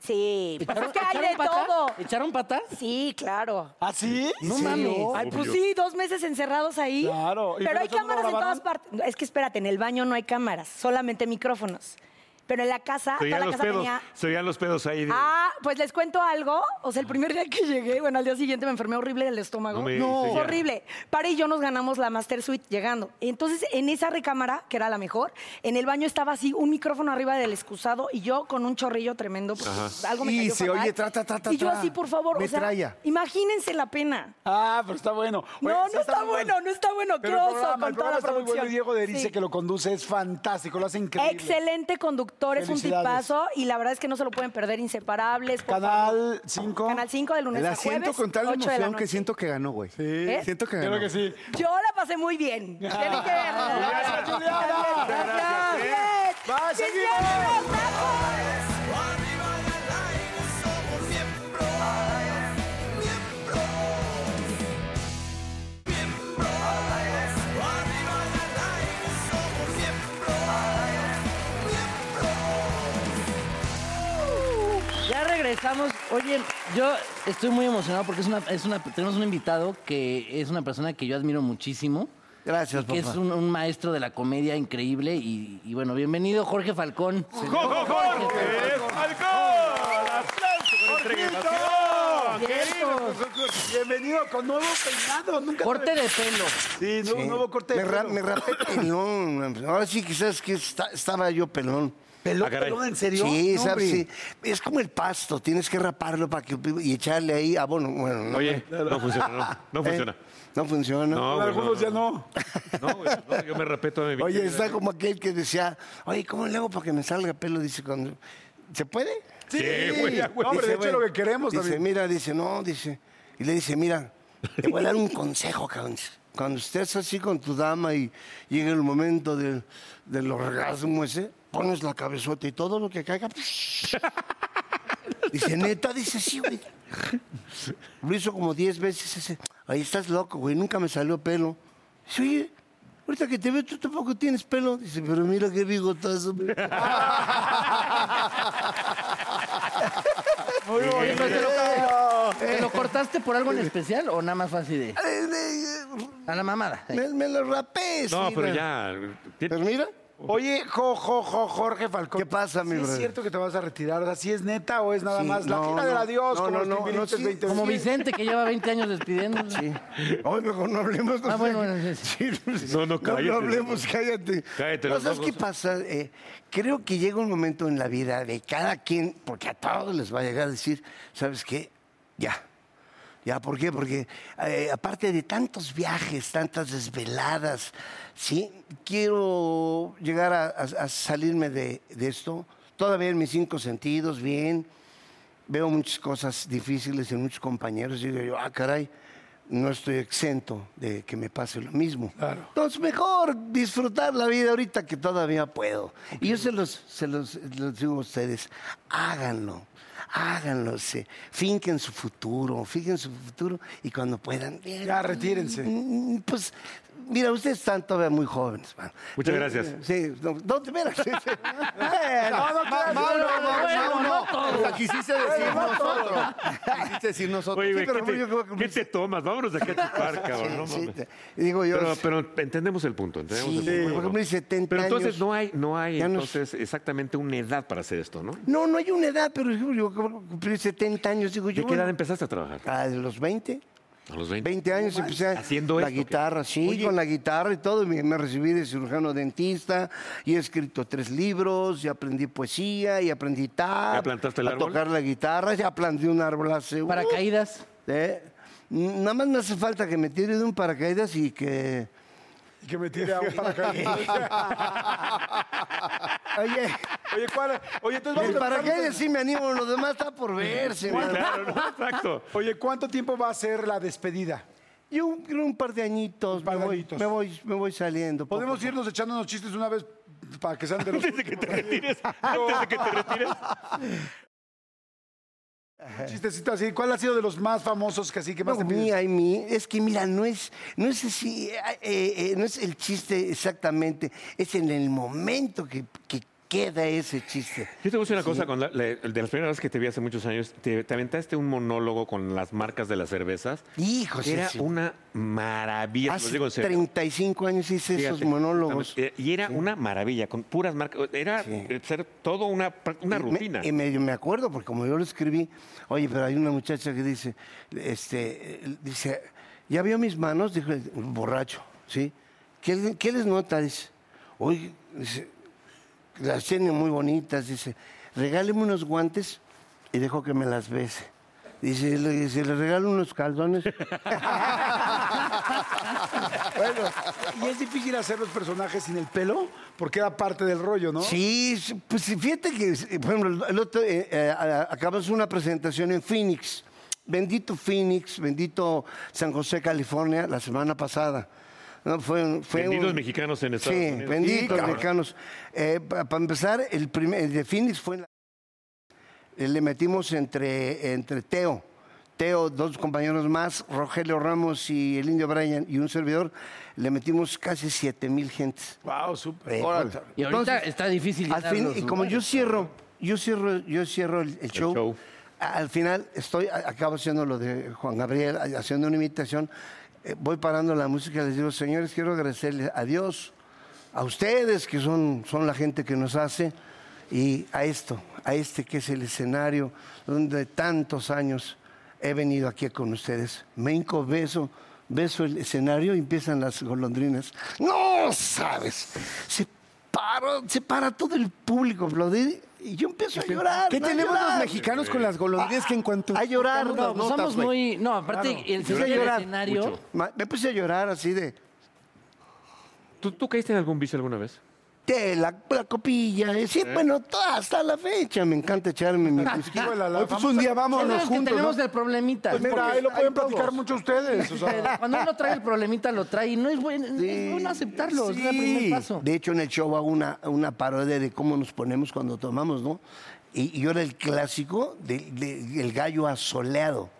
S6: Sí, pues es que hay de
S5: ¿Echaron pata?
S6: todo.
S5: ¿Echaron pata?
S6: Sí, claro.
S8: ¿Ah, sí?
S5: No
S8: Sí.
S5: mames.
S6: Ay, pues sí, dos meses encerrados ahí.
S8: Claro, y
S6: Pero hay
S8: nosotros no
S6: cámaras en
S8: grabaron.
S6: todas partes. No, Es que espérate, en el baño no hay cámaras, solamente micrófonos. Pero en la
S3: Se
S6: casa, Ah, toda
S3: oían
S6: la
S3: los
S6: casa
S3: pedos.
S6: tenía
S3: Se oían los pedos ahí. de-
S6: Ah, pues les cuento algo. O sea, el primer día que llegué, bueno, al día siguiente me enfermé horrible del estómago.
S3: No me No. digas.
S6: horrible. Para y yo nos ganamos la Master Suite llegando. Entonces, en esa recámara, que era la mejor, en el baño estaba así un micrófono arriba del excusado y yo con un chorrillo tremendo, porque algo me
S4: Y
S6: cayó
S4: se
S6: fatal.
S4: oye, tra, tra, tra, tra,
S6: Y yo
S4: tra.
S6: así, por favor, o sea,
S4: Metralla.
S6: imagínense la pena.
S8: Ah, pero está bueno. Oye,
S6: no,
S8: sí
S6: no está,
S8: muy
S6: bueno, no está bueno. Qué
S2: Pero el
S6: oso
S2: programa,
S6: con
S2: el
S6: toda
S2: programa
S6: la
S2: está muy bueno.
S6: producción.
S2: y Diego de Erice,
S6: Sí.
S2: que lo conduce, es fantástico, lo hace increíble.
S6: Excelente conductor, es un
S2: Felicidades.
S6: tipazo y la verdad es que no se lo pueden perder, inseparables. por favor.
S2: Canal 5.
S6: Canal 5 de lunes
S4: La
S6: a
S4: siento
S6: jueves,
S4: con tal
S6: 8 de la
S4: emoción que
S6: noche.
S4: siento que ganó, güey.
S6: ¿Eh?
S4: Siento que ganó.
S2: Creo que sí.
S6: Yo la pasé muy bien. Tienen que verlo.
S2: Gracias, Juliana.
S6: Gracias.
S2: Gracias. Bye,
S6: Mis
S2: seguimos.
S6: dientes, los tacos.
S1: Arriba del aire somos miembros, miembros, miembros. Arriba del aire somos miembros, miembros.
S5: Ya regresamos. Oye, yo estoy muy emocionado porque es una, es una, tenemos un invitado que es una persona que yo admiro muchísimo.
S8: Gracias,
S5: y que es un, un maestro de la comedia increíble. Y, y bueno, bienvenido, Jorge Falcón.
S3: ¡Jojo, Jorge! ¡Falcón! ¡Aplauso con entrega!
S2: Bienvenido con nuevo peinado. Nunca
S5: Corte de pelo.
S2: Sí, nuevo, nuevo corte de
S8: me, ra-
S2: pelo.
S8: me rapé pelón. Ahora sí, quizás que está- estaba yo pelón.
S2: ¿Pelón,
S3: Ah, caray.
S2: pelón, en serio?
S8: Sí,
S2: No,
S8: sabes,
S2: hombre.
S8: sí. Es como el pasto, tienes que raparlo para que y echarle ahí abono. Bueno, no,
S3: Oye, no funciona, no, no
S8: ¿eh?
S3: funciona.
S8: No funciona.
S3: No, güey,
S2: Algunos ya no.
S3: No, güey, no, yo me respeto a mi
S8: Oye, está como aquel que decía, oye, ¿cómo le hago para que me salga pelo? Dice cuando. ¿Se puede?
S3: Sí, güey, ya, güey.
S2: No, hombre, de hecho
S8: Dice,
S2: es lo que
S8: "Bueno".
S2: queremos
S8: Dice,
S2: también.
S8: mira, dice, no, dice. Y le dice, mira, te voy a dar un consejo, cabrón. Dice, Cuando estés así con tu dama y llega el momento del, del orgasmo ese, pones la cabezota y todo lo que caiga. Dice, neta, dice, sí, güey. Lo hizo como 10 veces ese. Ahí estás loco, güey, nunca me salió pelo. Dice, oye, ahorita que te veo, tú tampoco tienes pelo. Dice, pero mira qué bigotazo. güey".
S2: Ah, Muy
S5: Oye,
S2: bonito.
S5: pero ¿te, lo, te lo cortaste por algo en especial o nada más fue así de.? A la mamada.
S8: Eh, Me, me lo rapé.
S3: No,
S8: sí,
S3: pero
S8: güey.
S3: ya.
S8: Pero mira,
S2: Oye, jo, jo, jo, Jorge Falcón.
S8: ¿Qué pasa, mi
S2: ¿Sí ¿Es
S8: brother?
S2: cierto que te vas a retirar? O sea, ¿sí es neta o es nada
S8: Sí,
S2: más la
S8: no,
S2: gira
S8: no.
S2: del adiós?
S8: No,
S2: como
S8: no,
S2: los
S8: no,
S2: Timbiriches
S8: no, sí.
S2: 20?
S5: Como Vicente, que lleva 20 años despidiéndose.
S8: hoy mejor no hablemos.
S5: Ah, bueno, bueno, sí,
S3: No, no, cállate.
S8: No, hablemos, cállate.
S3: Cállate,
S8: No,
S3: los
S8: Pues ¿Sabes
S3: ojos.
S8: qué pasa? Eh, creo que llega un momento en la vida de cada quien, porque a todos les va a llegar a decir, ¿sabes qué? Ya. ¿Ya? ¿Por qué? Porque eh, aparte de tantos viajes, tantas desveladas, ¿sí? Quiero llegar a, a- a salirme de, de esto. Todavía en mis cinco sentidos, bien. Veo muchas cosas difíciles en muchos compañeros. y Digo yo, ah, caray, no estoy exento de que me pase lo mismo. Entonces, mejor disfrutar la vida ahorita que todavía puedo. Y yo se los, se los, los digo a ustedes, háganlo, háganlo, se- finquen su futuro, finquen su futuro y cuando puedan... eh,
S2: Ya, retírense.
S8: Mm, Pues, mira, ustedes están todavía muy jóvenes, mano.
S3: Muchas
S8: Eh,
S3: gracias.
S8: eh, Sí, no, no te veras. sí, sí. Bueno,
S2: no, claro,
S8: Mauro,
S2: no,
S8: Mauro,
S5: bueno,
S8: Mauro.
S5: no
S8: O sea, quisiste decir nosotros. Quisiste decir nosotros.
S3: Oye,
S8: Sí,
S3: güey,
S8: pero
S3: ¿qué,
S8: yo creo
S3: te,
S8: que-
S3: ¿qué te tomas? Vámonos de aquí a tu par, cabrón. no
S8: Sí, sí,
S3: mames.
S8: te- digo yo,
S3: Pero,
S8: sí,
S3: pero entendemos el punto. Entendemos
S8: sí,
S3: el punto.
S8: por ejemplo, hay 70
S3: Pero entonces
S8: años.
S3: no hay, no hay
S8: Ya nos-
S3: entonces exactamente una edad para hacer esto, ¿no?
S8: No, no hay una edad, pero yo, yo acabo de cumplir 70 años, digo yo.
S3: ¿De qué edad
S8: bueno,
S3: empezaste a trabajar?
S8: A los 20.
S3: A los 20.
S8: 20 años empecé
S3: Haciendo
S8: la
S3: esto, ¿qué?
S8: guitarra, sí,
S3: Oye.
S8: con la guitarra y todo. Me, me recibí de cirujano dentista y he escrito tres libros y aprendí poesía y aprendí tap.
S3: ¿Ya plantaste el
S8: a
S3: árbol?
S8: tocar la guitarra, ya planté un árbol hace...
S5: Para
S8: uh,
S5: caídas.
S8: ¿eh? Nada más me hace falta que me tire de un paracaídas y que...
S2: Que me tire a un paracaídas.
S8: Oye,
S2: Oye, ¿cuál? Oye, entonces
S8: el
S2: vamos a
S8: paracaídas sí me animo, lo demás está por verse.
S3: Sí,
S8: man.
S3: claro, ¿no? Exacto.
S2: Oye, ¿cuánto tiempo va a ser la despedida?
S8: Yo un, creo un par de añitos,
S2: Un par de
S8: me, voy,
S2: añitos.
S8: Me, voy, me voy saliendo. poco a
S2: Podemos
S8: poco.
S2: irnos echando unos chistes una vez para que sean de los.
S3: Antes de que te retires, antes de que te retires.
S2: Chistecito así. ¿Cuál ha sido de los más famosos que así que más
S8: No,
S2: te piden?
S8: mía y mí. Es que mira, no es, no es así, eh, eh, eh, no es el chiste exactamente, es en el momento que, que queda ese chiste.
S3: Yo te voy a decir una cosa, con la- la- de las primeras veces que te vi hace muchos años, te, te aventaste un monólogo con las marcas de las cervezas.
S8: Hijo,
S3: que era
S8: sí, sí.
S3: una maravilla. te lo
S8: Hace
S3: digo en serio.
S8: 35 años hice esos
S3: Fíjate,
S8: monólogos.
S3: eh, Y era una maravilla, con puras marcas. Era eh, ser todo una, pra- una
S8: Y me- em
S3: rutina.
S8: Y me, me acuerdo, porque como yo lo escribí, oye, pero hay una muchacha que dice, este, eh, dice, ¿ya vio mis manos? Dijo el borracho, ¿sí? ¿Qué, qué les nota? Dice, oye, dice, las tiene muy bonitas, dice, regáleme unos guantes y dejo que me las bese. Dice, le, dice, le regalo unos calzones.
S2: Bueno, y es difícil hacer los personajes sin el pelo porque era parte del rollo, ¿no?
S8: Sí, sí, pues sí, fíjate que, eh, por ejemplo, el otro, eh, eh, a- acabas una presentación en Phoenix. Bendito Phoenix, bendito San José, California, la semana pasada. No, fue, un- fue
S3: Benditos
S8: un-
S3: mexicanos en Estados
S8: sí,
S3: Unidos. Sí,
S8: benditos
S3: cabrón.
S8: mexicanos. para empezar, el, primer, el de Phoenix fue en la eh, le metimos entre, entre Teo, Teo, dos compañeros más, Rogelio Ramos y el Indio Bryan y un servidor, le metimos casi 7 mil gentes.
S2: Wow, súper.
S8: Eh,
S2: Órale.
S8: puta.
S5: pues, Y ahorita
S8: Entonces,
S5: está difícil
S8: al
S5: llenar
S8: fin,
S5: los
S8: y como yo
S5: lugares.
S8: cierro, yo cierro, yo cierro el, el show,
S3: show.
S8: a- al final estoy, a- acabo haciendo lo de Juan Gabriel, a- haciendo una imitación, eh, voy parando la música, les digo, señores, quiero agradecerles a Dios, a ustedes que son, son la gente que nos hace, y a esto, a este que es el escenario donde tantos años he venido aquí con ustedes. Me hinco, beso, beso el escenario y empiezan las golondrinas. ¡No sabes! Se paró, se para todo el público a aplaudir y yo empiezo a llorar.
S4: ¿Qué
S8: a
S4: tenemos
S8: llorar.
S4: los mexicanos con las golondrinas que en cuanto...
S8: A llorar.
S4: tocamos las
S8: no,
S5: No, pues
S4: notas,
S5: somos
S4: güey?
S5: muy. No, aparte, el,
S8: Empecé a
S5: el
S8: llorar.
S5: escenario.
S3: Mucho.
S8: Ma- Me puse a llorar así de...
S3: ¿Tú, tú caíste en algún vicio alguna vez?
S8: de la, la copilla, eh, sí, bueno, to- hasta la fecha me encanta echarme mi whisky.
S2: Híjole, la
S4: Hoy, pues
S2: famosa-
S4: un día
S5: Es de
S4: vámonos
S5: los que
S4: juntos,
S5: tenemos
S4: ¿no?
S5: del problemita.
S2: Pues mira, ahí lo pueden platicar mucho ustedes. O sea,
S5: Cuando uno trae el problemita, lo trae. Y no es bueno, es bueno aceptarlo. Es el primer
S8: Sí.
S5: paso.
S8: De hecho, en el show hago una, una parodia de cómo nos ponemos cuando tomamos, ¿no? Y, y yo era el clásico del de- el gallo asoleado.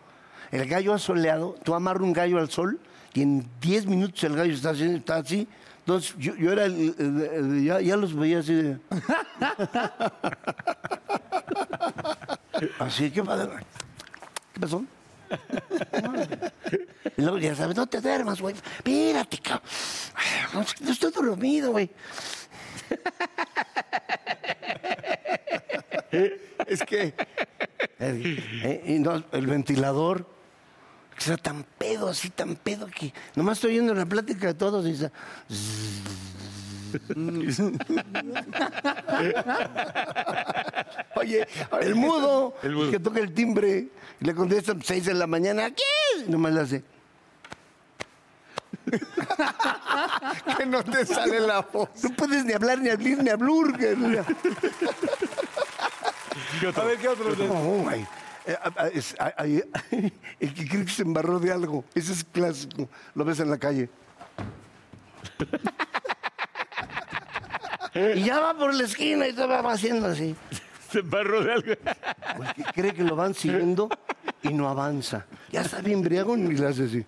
S8: El gallo asoleado, tú amarras un gallo al sol y en 10 minutos el gallo está así. Está así. Entonces, yo, yo era el- el- el- ya, ya los veía así de... así, ¿qué padre. ¿Qué pasó? Y luego ya sabes, no te duermas, güey. Espérate, cabrón. Ay, No, no estoy dormido, güey.
S4: Es que
S8: Eh, eh, y no, el ventilador. que Está tan pedo, así tan pedo que nomás estoy oyendo la plática de todos y "Mm". está- Oye, el mudo,
S3: El mudo.
S8: que toca el timbre y le contestan 6 de la mañana, ¿qué? Y nomás le hace.
S4: que no te sale la voz.
S8: No puedes ni hablar, ni abrir, ni hablar.
S2: a ver, ¿qué otros? de-
S8: No, güey. Eh, ah, ah, es- ah, ah, eh, el que cree que se embarró de algo, ese es clásico, lo ves en la calle. y ya va por la esquina y se va haciendo así.
S3: Se embarró de algo.
S8: O el que cree que lo van siguiendo y no avanza. Ya está bien briago y le hace así.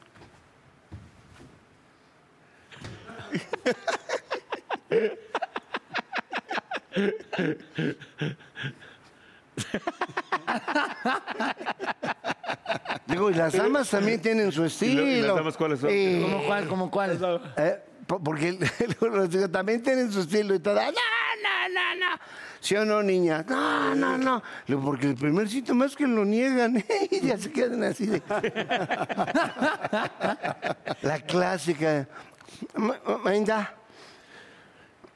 S8: Digo, y las damas también tienen
S3: ¿Y
S8: su estilo. Eh,
S3: lo- y las damas cuáles son?
S8: Sí.
S5: ¿Como cuál? ¿Como cuál?
S8: Eh, po- porque el- los que también tienen su estilo y todo. ¡No, no, no, no. ¿Sí o no, niña? No, no, no. Le digo, porque el primer síntoma es que lo niegan y ya se quedan así de... La clásica. Ma- ma- Mainda.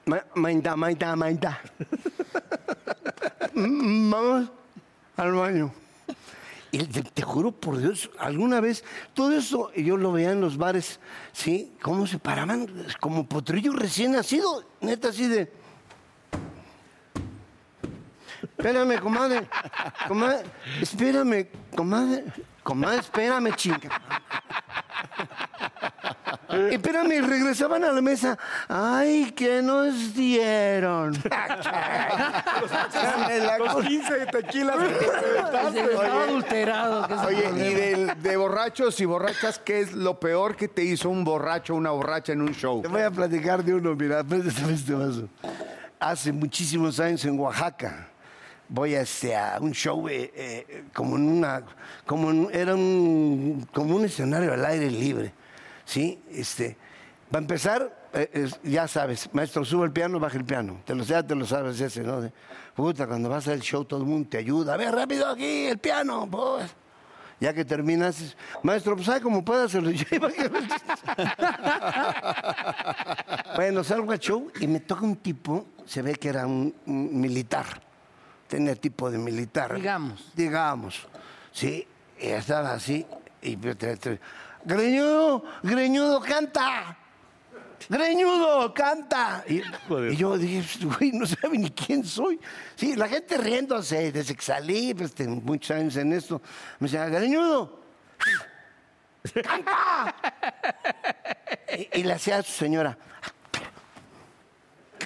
S8: Ma- Mainda, mainda, mainda. Mm, Vamos al baño. Y te, te juro por Dios, alguna vez, todo eso yo lo veía en los bares, ¿sí? Cómo se paraban como potrillo recién nacido, neta así de... Espérame, comadre. Comadre, espérame, comadre. Comadre, espérame, chinga. Espérame, y regresaban a la mesa. Ay, ¿qué nos dieron? Chale, la
S2: Los 15 tequilas que te
S5: Se
S2: aventaste.
S5: estaba adulterado. que es el
S4: Oye,
S5: problema.
S4: y del- de borrachos y borrachas, ¿qué es lo peor que te hizo un borracho o una borracha en un show?
S8: Te voy a platicar de uno, mira, préstame este vaso. Hace muchísimos años en Oaxaca, voy a, este, a un show eh, eh, como en una, como en- era un, como un escenario al aire libre, ¿sí? Este, para empezar, eh, es- ya sabes, maestro, sube el piano, baja el piano, te lo ya te lo sabes ese, ¿no? De, puta, cuando vas al show todo el mundo te ayuda, a ver, rápido aquí, el piano, pues. Ya que terminas, maestro, pues sabe cómo pueda, se lo lleva. Bueno, salgo al show y me toca un tipo, se ve que era un, un militar. Tenía tipo de militar.
S5: Digamos.
S8: Digamos. Sí, y estaba así. Y... yo te- te- Greñudo, greñudo, canta. Greñudo, canta. Y, y yo dije, "Pues, güey, no sabe ni quién soy. Sí, la gente riéndose desde que salí, pues, tengo muchos años en esto. Me decía, Greñudo,
S5: ¡Ah!
S8: Y, y le hacía a su señora.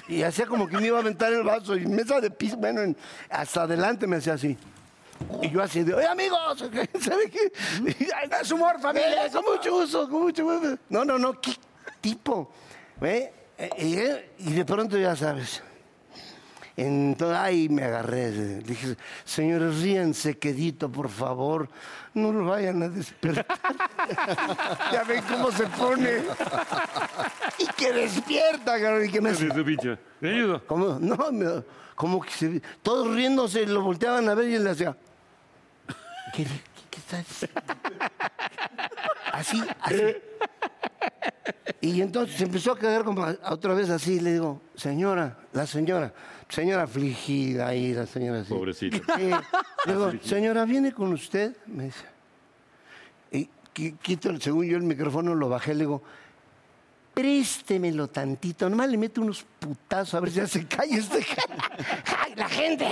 S8: Y hacía como que me iba a aventar el vaso. Y mesa de piso, bueno, en- hasta adelante me hacía así. Y yo así de, oye, amigos, ¿sabe qué? Es humor, familia. Eh, con mucho uso, con mucho uso. No, no, no, qué tipo. ¿Ve? Eh, Y, eh, y de pronto ya sabes. Entonces, ahí me agarré. de- Dije, señores, ríanse quedito, por favor. No lo vayan a despertar. ya ven cómo se pone. y que despierta, cabrón. Y que me hace-
S3: Su pinche. ¿Me ayudo?
S8: como, no, me- como que se- todos riéndose, lo volteaban a ver y él le hacía. ¿Qué, qué, qué está haciendo? Así, así. Y entonces se empezó a quedar como a- otra vez así. y Le digo, señora, la señora, señora afligida ahí, la señora así.
S3: Pobrecito.
S8: Sí. Le
S2: Ah,
S8: digo, señora, ¿viene con usted? Me dice. Y qui- quito, el- según yo, el micrófono, lo bajé, le digo, préstemelo tantito, nomás le meto unos putazos a ver si ya se cae este. ¡Ay, la gente!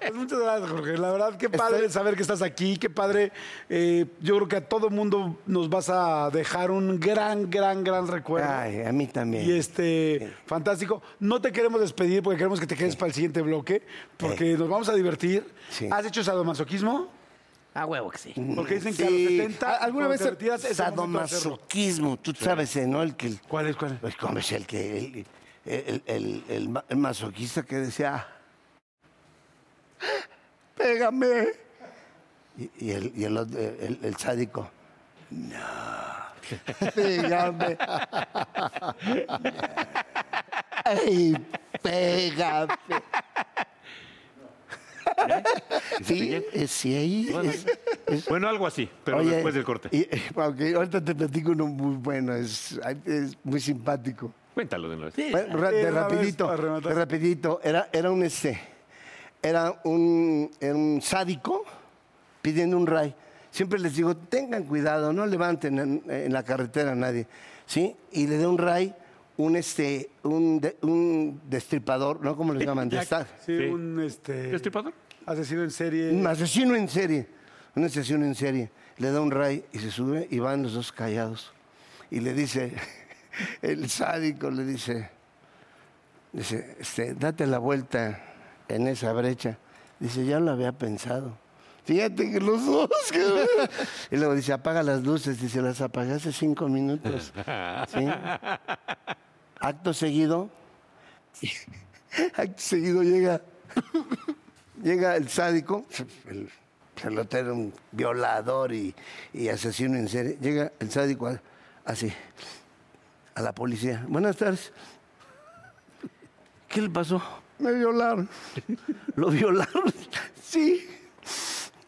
S2: Pues muchas gracias, Jorge. La verdad, qué padre saber que estás aquí, qué padre. Eh, yo creo que a todo mundo nos vas a dejar un gran, gran, gran recuerdo.
S8: Ay, a mí también.
S2: Y este, fantástico. No te queremos despedir porque queremos que te quedes para el siguiente bloque, porque nos vamos a divertir.
S8: Eh. Sí.
S2: ¿Has hecho sadomasoquismo? Mm.
S5: A huevo que sí.
S2: Porque dicen que
S8: Sí.
S2: a los 70,
S8: ¿Alguna
S2: cuando
S8: vez
S2: te retiras, es el momento de hacerlo.
S8: sadomasoquismo? Tú sabes, eh, ¿no? El que.
S2: ¿Cuál es, cuál es?
S8: Pues, ¿cómo es el que. El, el- el- el ma- el masoquista que decía. "Ah, ¡Pégame! Y, y el, y el otro- el- el sádico. No. Pégame. Ay, pégame.
S3: ¿Eh?
S8: Sí, eh, sí, ahí. es-
S3: Bueno, algo así, pero
S8: Oye,
S3: después del corte.
S8: y- eh, ok, ahorita te platico uno muy bueno, es, ay, es muy simpático.
S3: Cuéntalo de una vez.
S8: Bueno, ra- de
S2: Eh, una vez
S8: rapidito,
S2: para rematar.
S8: de rapidito, era, era un este, era un, era un sádico pidiendo un ray. Siempre les digo, tengan cuidado, no levanten en, en la carretera a nadie, ¿sí? Y le da un ray, un este, un, de- un destripador, ¿no? ¿Cómo le llaman? Desta-
S2: Sí,
S3: Sí.
S2: un este,
S3: ¿Destripador?
S2: asesino en serie.
S8: Un asesino en serie. Un asesino en serie. Le da un ray y se sube y van los dos callados. Y le dice, el sádico le dice, dice, este, date la vuelta en esa brecha. Dice, ya lo había pensado. Fíjate que los dos. que- y luego dice, apaga las luces. Dice, las apagué hace cinco minutos. ¿Sí? Acto seguido, acto seguido llega Llega el sádico, el pelotero, un violador y, y asesino en serie. Llega el sádico a- así, a la policía. Buenas tardes. ¿Qué le pasó? Me violaron. ¿Lo violaron? Sí.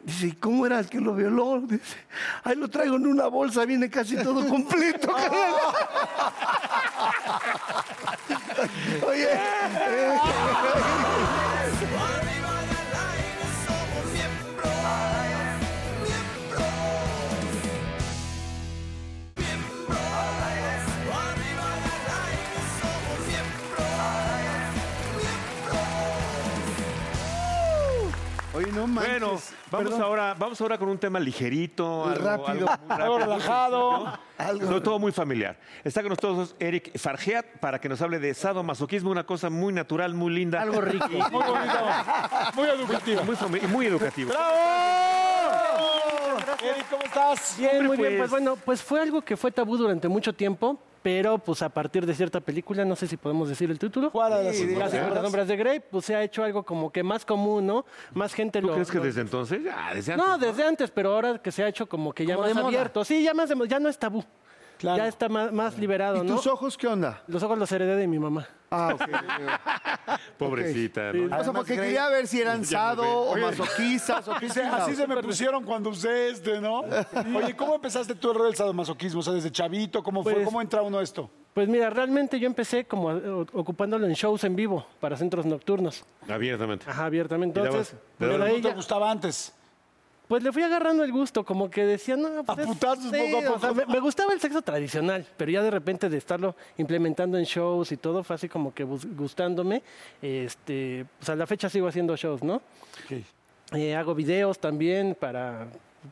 S8: Dice, ¿y cómo era el que lo violó? Dice, ahí lo traigo en una bolsa, viene casi todo completo. Oye. eh,
S4: Oye, no manches.
S3: Bueno, vamos
S4: Perdón.
S3: ahora, vamos ahora con un tema ligerito, algo,
S4: Rápido.
S3: algo muy
S4: Algo relajado.
S3: ¿no? Sobre todo muy familiar. Está con nosotros Eric Fargeat para que nos hable de sadomasoquismo, una cosa muy natural, muy linda.
S5: Algo rico.
S3: Muy bonito.
S2: Muy educativo.
S3: Muy, fami- y muy educativo.
S2: ¡Bravo! Eric, ¿cómo estás?
S9: Bien, muy bien.
S3: pues.
S9: Pues bueno, pues fue algo que fue tabú durante mucho tiempo, pero pues a partir de cierta película, no sé si podemos decir el título.
S2: ¿Cuál de las
S9: Las 50 sombras de Grey, pues se ha hecho algo como que más común, ¿no? Más gente
S3: ¿Tú
S9: lo...
S3: crees que
S9: lo-
S3: desde entonces? Ah, desde antes,
S9: No, desde antes, pero ahora que se ha hecho como que ya
S5: Como de
S9: más
S5: moda.
S9: abierto. Sí, ya más de mo- ya no es tabú.
S2: Claro.
S9: Ya está más, más liberado,
S4: ¿Y
S9: ¿no?
S4: tus ojos qué onda?
S9: Los ojos los heredé de mi mamá.
S4: Ah, ok.
S3: Pobrecita, ¿no?
S4: o sea, porque quería ver si eran sado o masoquistas o qué
S2: Dice, así se me pusieron cuando usé este, ¿no? Oye, ¿cómo empezaste tú el rol del sadomasoquismo? O sea, desde chavito, ¿cómo fue?
S9: Pues-
S2: ¿Cómo entra uno a esto?
S9: Pues mira, realmente yo empecé como eh, o- ocupándolo en shows en vivo para centros nocturnos.
S3: Abiertamente.
S9: Ajá, abiertamente.
S3: Y dabas-
S9: Entonces, pues,
S3: le
S9: pero
S3: dabas-
S9: ahí
S2: ¿No te
S9: ya-
S2: gustaba antes?
S9: Pues le fui agarrando el gusto, como que decía, no, pues
S2: A
S9: es-
S2: putazos poco a
S9: o sea,
S2: poco.
S9: me, me gustaba el sexo tradicional, pero ya de repente de estarlo implementando en shows y todo, fue así como que bus- gustándome. Este, pues a la fecha sigo haciendo shows, ¿no? Eh, hago videos también para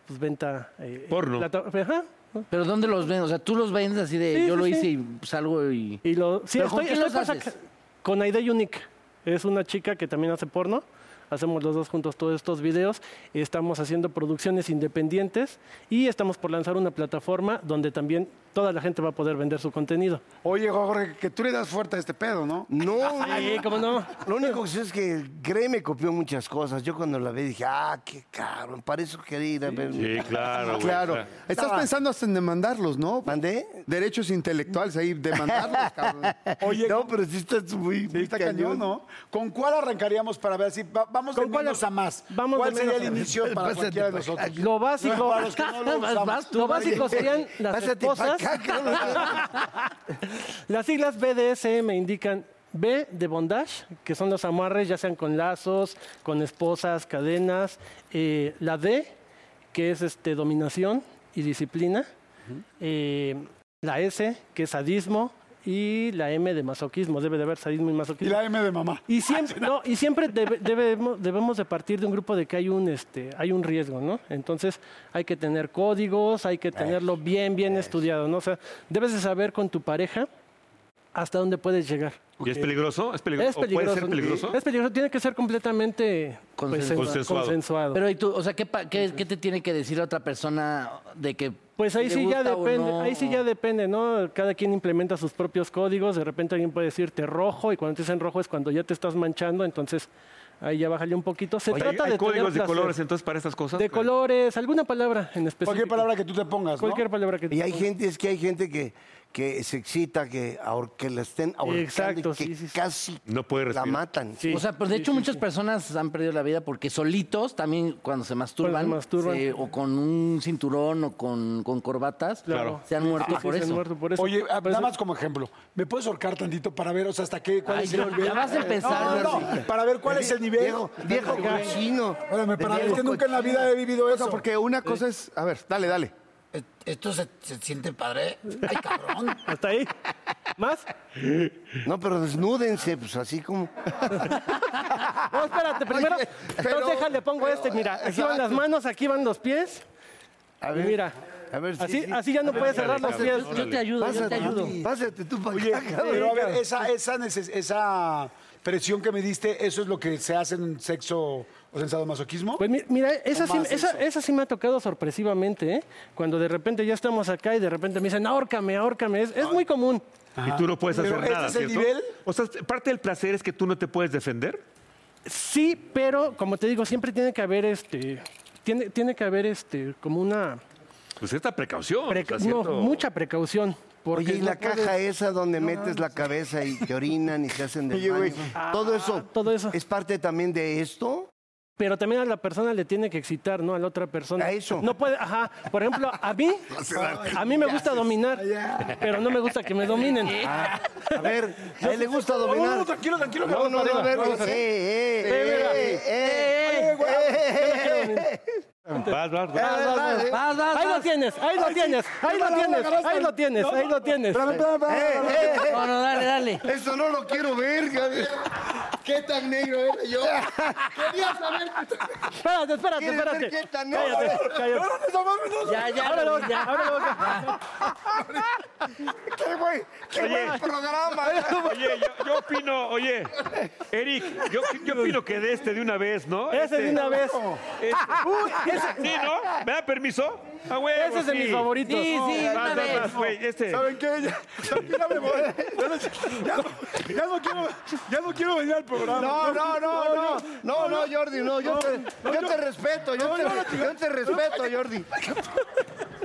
S9: pues, venta. eh,
S3: Porno.
S9: plata- ajá.
S5: Pero ¿dónde los ven? O sea, tú los vendes así de
S9: Sí,
S5: yo
S9: sí,
S5: lo
S9: sí.
S5: hice y salgo y.
S9: Y lo, sí,
S5: ¿Pero con
S9: estoy, estoy
S5: quién los
S9: con
S5: haces?
S9: saca- con Aide Unique. Es una chica que también hace porno. Hacemos los dos juntos todos estos videos. Estamos haciendo producciones independientes y estamos por lanzar una plataforma donde también toda la gente va a poder vender su contenido.
S2: Oye, Jorge, que tú le das fuerte a este pedo, ¿no?
S8: no,
S9: Sí, cómo no.
S8: Lo único que sé es que Grey me copió muchas cosas. Yo cuando la vi dije, ah, qué cabrón, para eso quería ir a ver.
S3: Sí, claro, güey,
S4: Ah, Claro. Estás pensando hasta en demandarlos, ¿no?
S8: ¿Mandé?
S4: Derechos intelectuales ahí, demandarlos, cabrón.
S2: Oye,
S8: no, pero sí estás muy,
S2: Sí,
S8: muy
S2: está cañón, ¿no? ¿Con cuál arrancaríamos para ver si va- vamos de
S9: ¿Con cuál
S2: menos a más?
S9: vamos
S2: ¿Cuál
S9: de
S2: sería
S9: menos
S2: el
S9: a más? pues.
S2: inicio para
S8: Pásate
S2: cualquiera de
S8: para acá.
S2: nosotros?
S9: Lo básico,
S2: No, para los que no lo
S9: Vas,
S2: usamos.
S9: vas tú, lo básico serían las
S8: Pásate pa'
S9: esposas.
S8: acá, cabrón.
S9: Las siglas BDSM indican B de bondage, que son los amarres, ya sean con lazos, con esposas, cadenas. Eh, la D, que es este, dominación y disciplina. Eh, la S, que es sadismo. Y la M de masoquismo, debe de haber sadismo y
S2: Y
S9: masoquismo.
S2: la M de mamá.
S9: Y siempre, no, y siempre debe- debemos, debemos de partir de un grupo de que hay un, este, hay un riesgo, ¿no? Entonces hay que tener códigos, hay que tenerlo bien, bien estudiado, ¿no? O sea, debes de saber con tu pareja hasta dónde puedes llegar.
S3: ¿Y es peligroso? ¿Es peligroso?
S9: Es peligroso.
S3: ¿O puede ser peligroso?
S9: Es peligroso, tiene que ser completamente pues,
S5: Consensuado.
S3: Consensuado.
S9: consensuado.
S5: Pero ¿y tú? O sea, ¿qué, pa- qué- qué te tiene que decir la otra persona de que.
S9: Pues ahí
S5: le
S9: sí ya
S5: gusta o
S9: depende,
S5: no?
S9: ahí sí ya depende, ¿no? Cada quien implementa sus propios códigos, de repente alguien puede decirte rojo y cuando te dicen rojo es cuando ya te estás manchando, entonces ahí ya bájale un poquito. Se
S3: Oye,
S9: trata
S3: ¿Hay
S9: de tener
S3: códigos de
S9: placer.
S3: colores entonces para estas cosas?
S9: de colores, alguna palabra en específico.
S2: Cualquier palabra que tú te pongas, ¿no?
S9: Cualquier palabra que
S8: Y hay
S9: tú-
S8: gente, es que hay gente que, que se excita, que, ahor- que la estén ahorcando
S9: Exacto,
S8: y que
S9: sí, sí, sí.
S8: casi
S3: No puede
S8: la
S3: respirar.
S8: matan.
S9: Sí,
S5: o sea, pues de
S9: sí,
S5: hecho
S9: sí,
S5: muchas
S9: sí.
S5: personas han perdido la vida porque solitos también cuando se masturban,
S9: masturban.
S5: se- o con un cinturón o con, con corbatas,
S9: Claro.
S5: se han muerto
S9: Sí, sí,
S5: por
S9: se han
S5: eso.
S9: muerto por eso.
S2: Oye, ah,
S9: Por
S2: nada
S9: eso-
S2: más como ejemplo, ¿me puedes ahorcar tantito para ver, o sea, hasta qué? ¿Cuál
S5: Ay,
S2: es el
S5: yo-
S2: nivel?
S5: ya vas a empezar,
S2: No, no, no,
S5: Jordi.
S2: para ver cuál es el nivel.
S8: Viejo, viejo cochino.
S2: Espérame, para ver, es que nunca en la vida he vivido eso.
S4: Porque una cosa es. A ver, dale, dale.
S10: ¿Esto se, se siente padre? ¡Ay, cabrón!
S9: Hasta ahí. ¿Más?
S8: No, pero desnúdense, pues así como.
S9: No, espérate, primero.
S4: pero-
S9: entonces déjale, pongo
S4: pero-
S9: este. Mira, aquí van las
S4: exacto.
S9: manos, aquí van los pies.
S8: A
S9: y
S8: ver.
S9: mira.
S8: A ver, sí,
S9: así,
S8: sí.
S9: así ya no
S2: Eh,
S9: puedes cerrar los pies.
S5: Yo- Yo te ayudo, yo te
S8: Pásate,
S5: ayudo.
S8: tú, pásate tú para
S2: Oye,
S8: acá, cabrón.
S2: pero a ver, esa, esa, neces- esa presión que me diste, ¿eso es lo que se hace en sexo o en sadomasoquismo?
S9: Pues mi- mira, esa sí,
S2: más
S9: esa,
S2: eso.
S9: esa sí me ha tocado sorpresivamente, ¿eh? Cuando de repente ya estamos acá y de repente me dicen, ahórcame, ahórcame. Es, es muy común.
S3: Y tú no puedes hacer
S2: Pero ¿este
S3: nada,
S2: es el
S3: ¿cierto?
S2: nivel?
S3: O sea, parte del placer es que tú no te puedes defender.
S9: Sí, pero como te digo, siempre tiene que haber este. Tiene, tiene que haber este como una
S3: Pues esta precaución.
S9: Preca-
S3: o sea,
S9: no,
S3: cierto-
S9: mucha precaución, Porque
S8: Oye, y
S9: no
S8: la
S9: puedes-
S8: caja esa donde
S9: No,
S8: metes
S9: no,
S8: la cabeza y te orinan y te hacen
S9: Oye, güey,
S8: desmayos. todo eso. Todo eso. Es parte también de esto.
S9: Pero también a la persona le tiene que excitar, ¿no? A la otra persona. A eso. No puede, ajá. Por ejemplo, a mí, a mí me gusta dominar, pero no me gusta que me dominen.
S8: Ah, a ver, a él le gusta
S9: No,
S8: dominar.
S9: no, tranquilo, tranquilo. que
S8: No,
S9: vamos
S8: no, no,
S9: para
S8: a ver,
S9: arriba,
S8: eh,
S9: vamos arriba.
S8: eh,
S9: Ve, mira.
S8: eh, eh, eh, eh.
S2: Ah,
S3: Vas, vas,
S9: Vas, vas, vas. Ahí lo tienes, ahí lo tienes, ahí lo tienes, ahí lo tienes, ahí lo tienes. Eh,
S8: No, no, dale, dale. Eso no lo quiero ver, Gabriel.
S10: ¿Qué tan negro era yo? Quería saber.
S9: Espérate, espérate,
S10: ¿Quieres ver
S9: espérate.
S10: qué tan negro?
S9: Cállate, cállate.
S10: No, no, no, no, no, no.
S9: Ya, ya,
S10: Ábrelo,
S9: ya.
S10: ábrelo.
S8: ¿Qué, güey?
S10: ¿Qué buen
S9: Ah,
S10: programa?
S3: Oye, yo, yo opino, oye, Eric, yo, yo opino que de este de una vez, ¿no?
S9: Ese
S3: Este-
S9: de una vez.
S3: Este-
S9: Uy, ese-
S3: Sí, ¿no? ¿Me da permiso? Ah, huevo,
S9: Ese es de
S3: sí.
S9: mis favoritos. Sí, sí,
S3: Vas,
S9: una
S3: vas,
S9: vez.
S3: vas, güey, este.
S2: ¿Saben qué? Ya, ya me voy. Ya no, ya no- ya no quiero, ya no quiero venir al programa.
S8: No, no, no, no. No, no, Jordi, no. Yo te, yo te respeto, yo te, yo te respeto, Jordi.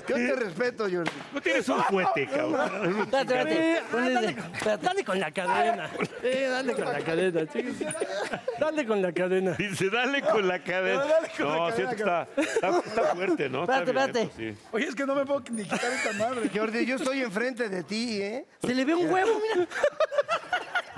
S8: Yo te respeto, Jordi.
S3: No tienes un fuete, cabrón.
S5: Espérate, espérate. Ponle- espérate.
S9: Dale con la cadena. Eh, dale con la cadena, chicos. Dale con la cadena.
S3: Dice, dale con la cadena.
S9: No, dale con la
S3: No,
S9: cadena,
S3: siento que está, está, está fuerte, ¿no? Está
S9: Espérate, espérate.
S3: violento, sí.
S2: Oye, es que no me puedo ni quitar esta madre.
S8: Jordi, yo estoy enfrente de ti, ¿eh?
S5: Se le ve un huevo, mira.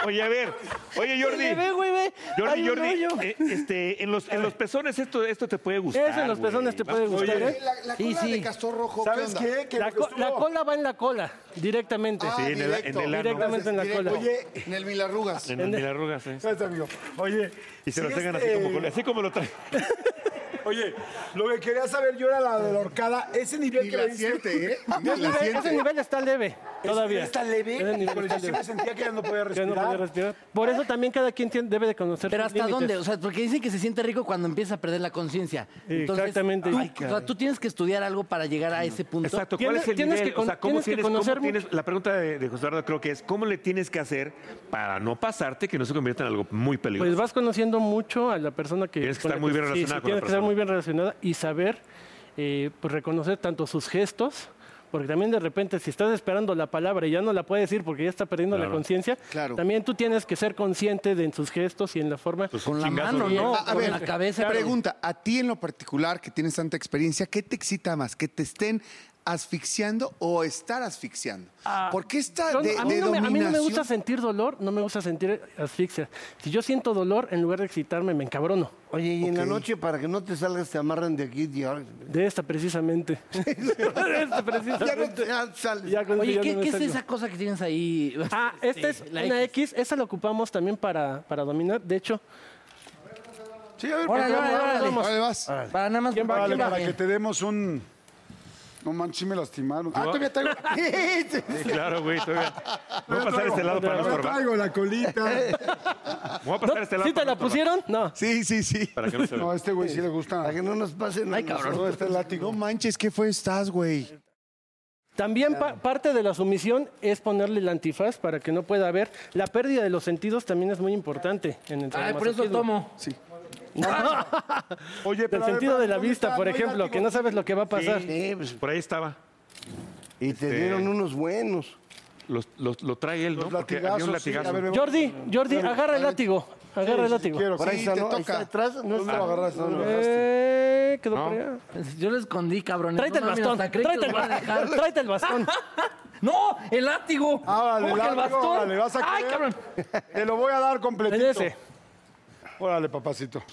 S3: Oye, a ver. Oye, Jordi.
S5: Se le ve, güey, ve. Hay
S3: Jordi,
S5: un
S3: Jordi,
S5: hoyo.
S3: eh, este, en los, en los pezones esto, esto te puede gustar.
S9: Eso en los
S3: güey.
S9: pezones te
S3: Vamos,
S9: puede gustar,
S3: oye,
S9: ¿eh?
S10: La, la cola de castor rojo, ¿qué
S2: ¿Sabes
S10: onda?
S2: qué? Que
S9: La,
S2: lo que
S9: co- la
S2: estuvo-
S9: cola va en la cola, directamente.
S10: Ah,
S3: Sí, en el-
S10: directo.
S3: en el ano.
S9: Directamente en la
S10: Directo.
S9: cola.
S10: Oye, en el Milarrugas.
S3: En, en las arrugas, ¿eh?
S2: ¿Sabes, amigo? Oye.
S3: Y se lo
S2: sigues,
S3: tengan así como,
S2: eh,
S3: con- así como lo traen.
S2: Oye, lo que quería saber yo era la de la horcada. Ese nivel
S10: Y
S2: que
S10: la
S2: me diste-
S10: siente, ¿eh? Y
S9: Ese
S10: la
S9: nivel- ese
S10: siente.
S9: nivel está leve, todavía.
S2: Está leve,
S9: Ese nivel
S2: pero
S9: está
S2: yo sí
S9: leve.
S2: me sentía que ya no podía
S9: Ya
S2: respirar.
S9: no podía respirar. Por eso también cada quien tiene- debe de conocer
S5: Pero
S9: sus
S5: hasta
S9: límites.
S5: dónde? O sea, porque dicen que se siente rico cuando empieza a perder la conciencia. Entonces,
S9: Exactamente.
S5: tú-
S9: Ay,
S5: o sea, tú tienes que estudiar algo para llegar a ese punto.
S3: Exacto, ¿cuál
S9: Tienes-
S3: es el
S9: tienes
S3: nivel?
S9: que
S3: o sea,
S9: con-
S3: ¿cómo
S9: tienes que
S3: tienes, cómo
S9: conocer mu-
S3: tienes- La pregunta de, de José Eduardo creo que es, ¿cómo le tienes que hacer para no pasarte que no se convierta en algo muy peligroso?
S9: Pues vas conociendo mucho a la persona que...
S3: Tienes que
S9: con
S3: estar
S9: la
S3: muy bien
S9: sí,
S3: relacionada con la
S9: sí, Tienes que estar
S3: persona.
S9: muy bien relacionada y saber eh, pues, reconocer tanto sus gestos, porque también de repente si estás esperando la palabra y ya no la puedes decir porque ya está perdiendo la
S3: Claro.
S9: conciencia,
S10: Claro.
S9: también tú tienes que ser consciente de en sus gestos y en la forma...
S5: Con la
S3: Pues Chingazo,
S5: mano,
S3: ¿no?
S5: ¿no?
S10: A, a
S5: Con
S10: ver,
S5: la cabeza.
S10: pregunta, a ti en lo particular que tienes tanta experiencia, ¿qué te excita más? ¿Que te estén asfixiando o estar asfixiando?
S9: Ah.
S10: Porque esta
S9: Yo no-
S10: de,
S9: a, mí
S10: de
S9: no me, a mí no me
S10: dominación...
S9: gusta sentir dolor, no me gusta sentir asfixia. Si yo siento dolor, en lugar de excitarme, me encabrono.
S8: Oye, y en la
S10: Ok.
S8: noche para que no te salgas te amarran de aquí. Jordi.
S9: De esta precisamente. de esta
S10: Ya no
S9: precisamente.
S10: te- ah, sales.
S9: Ya con-
S5: Oye,
S9: ya
S5: ¿qué,
S9: no me
S5: qué es
S9: salgo.
S5: esa cosa que tienes ahí?
S9: Ah, esta
S5: Sí,
S9: es
S5: la
S9: una X. Esa la ocupamos también para, para dominar. De hecho,
S2: Sí, a ver,
S5: Órale,
S2: ¿por qué no?
S5: órale, órale.
S9: vamos.
S10: Ahora vas.
S5: Para nada más.
S9: ¿Quién va?
S5: para-
S2: Vale,
S9: ¿quién va?
S2: para que te demos un... No manches, sí me lastimaron. Ah, todavía traigo...
S3: Sí, claro, güey. Todavía. Me voy a pasar este lado para no
S2: Todavía
S3: estorbar.
S2: traigo la colita.
S3: Me voy a pasar este lado
S9: ¿Sí te
S3: para
S9: la
S3: no estorbar,
S9: pusieron? No.
S10: Sí, sí, sí.
S3: Para que no se
S2: No,
S3: vea.
S2: a este güey sí le gusta.
S8: Para que no nos pasen Ay,
S2: Todo este
S10: No
S2: látigo.
S10: manches, ¿qué fue estás, güey?
S9: También pa- parte de la sumisión es ponerle el antifaz para que no pueda ver. La pérdida de los sentidos también es muy importante en el
S5: Ay, por eso
S9: sadomasoquismo.
S5: tomo.
S9: Del
S2: Oye, a ver,
S9: Pues, sentido de la
S2: ¿dónde
S9: vista,
S2: está?
S9: por
S2: No hay
S9: ejemplo, que
S2: látigo.
S9: no sabes lo que va a pasar.
S8: Sí, pues,
S3: Por ahí estaba. Este,
S8: y te dieron unos buenos.
S3: Los- los- lo trae él, ¿no?
S2: Los
S3: Porque había un
S2: latigazos, sí,
S3: latigazo.
S2: a ver,
S9: Jordi, Jordi, agarra el látigo. Agarra el
S2: sí,
S9: látigo.
S2: quiero.
S8: Por ahí
S10: Sí,
S8: está,
S10: te
S8: ¿no? Ahí
S10: toca.
S8: está atrás. No,
S2: ¿Dónde lo agarraste? ¿Dónde lo agarraste?
S9: Eh, quedó
S3: No.
S9: por allá.
S5: Pues Yo lo escondí, cabrón.
S9: Tráete el
S5: No, mira,
S9: bastón,
S5: hasta creí que
S9: tráete el
S5: lo iba a
S9: bastón,
S5: dejar.
S9: tráete el bastón.
S5: ¡No! ¡El látigo!
S2: Ah, vale,
S5: ¿Cómo que el
S2: látigo,
S5: bastón?
S2: órale, vas a
S5: ¡Ay,
S2: creer.
S5: cabrón!
S2: Te lo voy a dar
S9: En
S2: completito.
S9: ese.
S2: Órale, papacito.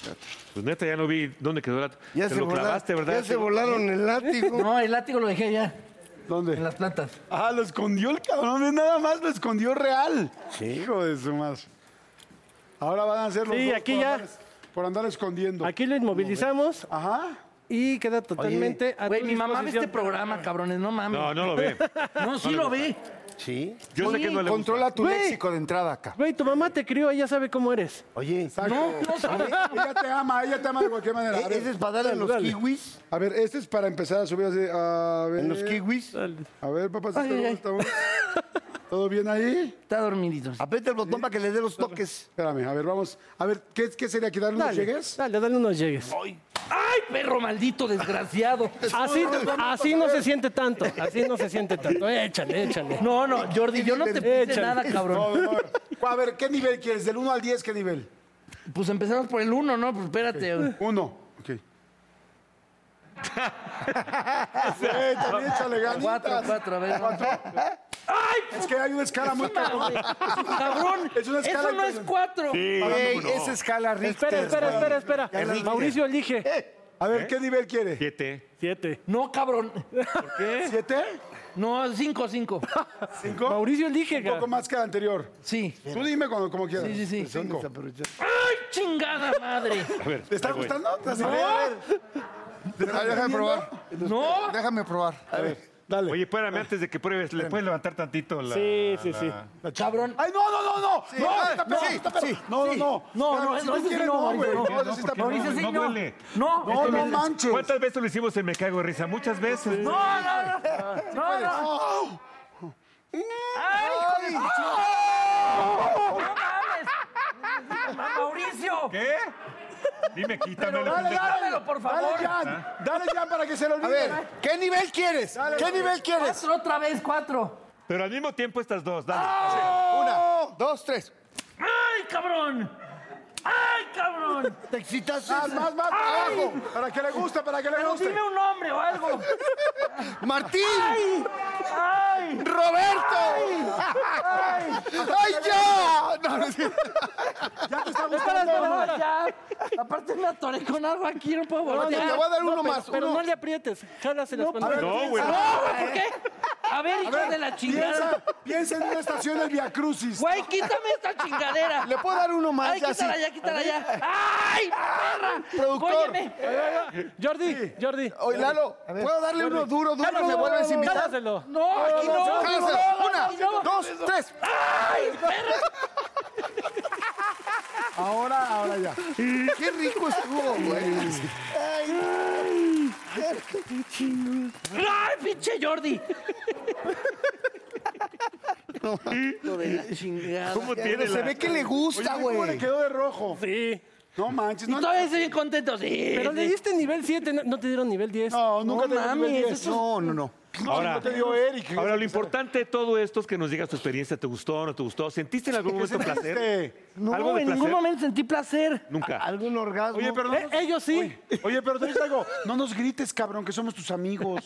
S3: Pues neta, ya no vi dónde quedó la.
S8: Ya
S3: te
S8: se,
S3: lo
S8: vola-
S3: clavaste, ¿verdad?
S8: ya se volaron el látigo.
S5: No, el látigo lo dejé allá, en
S2: ¿Dónde?
S5: las plantas.
S2: Ah, lo escondió el cabrón. ve Nada más lo escondió real. Hijo de su madre. Ahora van a hacer los
S9: Sí,
S2: dos
S9: aquí
S2: por
S9: ya.
S2: andar- por andar escondiendo.
S9: Aquí lo inmovilizamos
S2: Ajá.
S9: y queda totalmente a tu
S5: Güey, mi mamá ve este
S9: disposición.
S5: programa, cabrones, no mames.
S3: No, no lo ve.
S5: No, sí lo ve.
S8: Sí.
S3: Yo sé que no le gusta.
S10: Controla tu
S9: Güey.
S10: léxico de entrada acá.
S9: Güey, tu mamá te crió, ella sabe cómo eres.
S8: Oye,
S9: No, no sabe.
S2: Ella te ama, ella te ama de cualquier manera.
S8: ¿e-
S2: A
S8: ¿ese
S2: ver,
S8: es para darle a los
S9: dale.
S8: kiwis?
S2: a ver, este es para empezar a subir así. A ver,
S8: ¿En los kiwis?
S2: A
S10: pues,
S2: ver, papacito.
S5: Ay, ay, ay.
S2: ¿estamos- ¿Todo bien ahí?
S5: Está dormidito.
S8: Aprieta el botón para que le dé los toques.
S2: Espérame, a ver, vamos. A ver, ¿qué, qué sería aquí? ¿Darle unos
S9: Dale,
S2: llegues?
S9: dale, dale unos llegues.
S5: ¡Ay, perro maldito desgraciado!
S9: Así, así no se siente tanto, así no se siente tanto. Échale, échale.
S5: No, no, Jordi, yo no te puse nada, cabrón.
S2: A ver, ¿qué nivel quieres? ¿Del 1 al 10 qué nivel?
S5: Pues empezamos por el 1, ¿no? Pues espérate.
S2: Uno. Güey, también échale ganitas.
S5: Cuatro, cuatro, a ver.
S2: Es que hay una escala muy cabrón.
S5: Cabrón,
S2: Es una escala
S5: eso no es cuatro.
S4: Güey, esa escala Richter.
S9: Espera, espera,
S4: güey.
S9: espera, espera. Mauricio elige.
S2: Eh, A
S4: ¿Eh?
S2: ver, ¿qué nivel quiere?
S3: Siete.
S9: Siete.
S5: No, cabrón.
S2: ¿Siete?
S5: No, cinco, cinco.
S2: ¿Cinco?
S9: Mauricio elige.
S2: Un poco más que el anterior.
S5: Sí.
S2: Tú dime cuando, como quieras.
S5: Sí, sí, sí.
S2: Cinco.
S5: ¡Ay, chingada madre!
S3: A ver,
S2: ¿Te está
S3: ahí voy.
S2: gustando? No. A ver. ¿Te estás
S4: Ah, Déjame
S2: viendo?
S4: probar.
S5: No,
S4: Déjame probar.
S2: A ver, dale.
S11: Oye, espérame, antes de que pruebes, ¿le puedes levantar tantito la.
S9: Sí, sí, sí.
S11: la-
S5: cabrón.
S2: Ay, no, no, no, no. no, ah, está perro, está perro. no, no, no.
S5: No,
S2: Pero
S5: no,
S2: si
S5: no, ese sí
S2: quieres,
S5: no,
S2: no, güey.
S5: Mauricio,
S2: No,
S5: no,
S2: ese sí
S11: porque
S2: está perro.
S11: no,
S5: Mauricio, sí,
S11: no
S5: no.
S11: duele.
S5: No,
S2: No, no manches.
S11: ¿Cuántas veces lo hicimos en Me Cago de Risa? Muchas veces.
S5: No, no, no. No, no. ¡Ay, hijo de- ¡No mames! Ma- ¡Mauricio!
S11: ¿Qué? Dime, quítamelo.
S5: Pero dale,
S11: pendejo.
S5: Dámelo, por favor.
S2: Dale,
S11: Ah.
S2: Jan. Dale, Jan, para que se lo
S4: A
S2: olvide.
S4: ver, ¿qué nivel quieres? ¿Qué nivel quieres?
S5: Cuatro, otra vez, cuatro.
S11: Pero al mismo tiempo estas dos, dale.
S4: Una, dos, tres.
S5: ¡Ay, cabrón! ¡Ay, cabrón!
S4: ¿Te excitaste?
S2: Más, más, más, para abajo. Para que le guste, para que le
S5: Pero
S2: guste.
S5: dime un nombre o algo.
S4: ¡Martín!
S10: Eh,
S5: ¡Ay!
S4: ¡Roberto! ¡Ay, ya! No, no es que-
S2: Ya te está
S5: Espera,
S2: gustando.
S5: espera, espera, ya. Aparte me atoré con algo aquí, no puedo
S4: Te
S5: voltear.
S4: te voy a dar uno más.
S9: Pero
S4: uno.
S9: no le aprietes, jálaselas cuando...
S11: No, güey.
S5: No, güey, ¿por qué? A ver, hijo de la chingada.
S2: Piensa, piensa en una estación del Via Crucis.
S5: Güey, quítame esta chingadera.
S4: ¿Le puedo dar uno más?
S5: Ay,
S4: ya,
S5: quítala
S4: sí. Ah,
S5: ya, quítala ya. ¡Ay, perra!
S4: Productor.
S5: Óyeme.
S9: Jordi, Jordi.
S4: Oye, Lalo, ¿puedo darle uno duro, duro?
S9: Jálaselo,
S4: ¿Me vuelves a invitar?
S9: jálaselo.
S5: No, aquí no.
S4: Jálaselo.
S5: no, aquí no.
S4: Una, dos, tres.
S2: Ahora, ahora ya.
S4: ¡Qué rico estuvo, güey!
S5: ¡Ay, pinche Jordi! Hijo de la chingada.
S3: ¿Cómo tiene
S4: Se
S3: la-
S4: ve que le
S2: Oye,
S4: gusta,
S2: mira ¿cómo le
S4: güey.
S2: quedó de rojo?
S9: Sí.
S2: No manches,
S5: Y
S2: no.
S5: todavía estoy bien contento. Sí,
S9: Pero le
S5: sí.
S9: diste nivel 7, no, no te dieron nivel 10.
S2: No, nunca te dio nivel
S5: mames,
S2: 10. No,
S4: No, no, no.
S3: Ahora,
S2: no te dio Eric.
S3: ahora, lo importante de todo esto es que nos digas tu experiencia, ¿te gustó o no te gustó? ¿Sentiste en algún momento placer?
S2: Este.
S5: No,
S3: ¿Algo de
S5: en
S3: placer?
S5: ningún momento sentí placer.
S3: Nunca.
S4: ¿Algún orgasmo?
S2: Oye, pero no
S9: Eh,
S2: nos-
S9: ellos sí.
S2: Oye, pero te dices algo. No nos grites, cabrón, que somos tus amigos.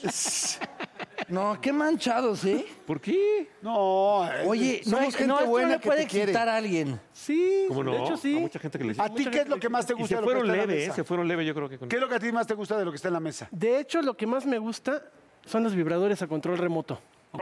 S5: No, qué manchados, ¿eh?
S3: ¿Por qué?
S2: No, eh.
S5: Oye, no,
S4: somos gente
S5: no, esto
S4: buena
S5: no le
S4: que
S5: puede
S4: te quiere.
S5: excitar a alguien.
S9: Sí,
S3: ¿Cómo no?
S9: de hecho sí.
S3: A mucha gente que le
S2: ¿a ti qué es lo que más te
S3: Y
S2: gusta?
S3: se
S2: de lo que
S3: fueron
S2: está en la
S3: leve, ¿eh?
S2: mesa?
S3: Se fueron leve, yo creo que con...
S2: ¿Qué es lo que a ti más te gusta de lo que está en la mesa?
S9: De hecho, lo que más me gusta son los vibradores a control remoto.
S2: Ah,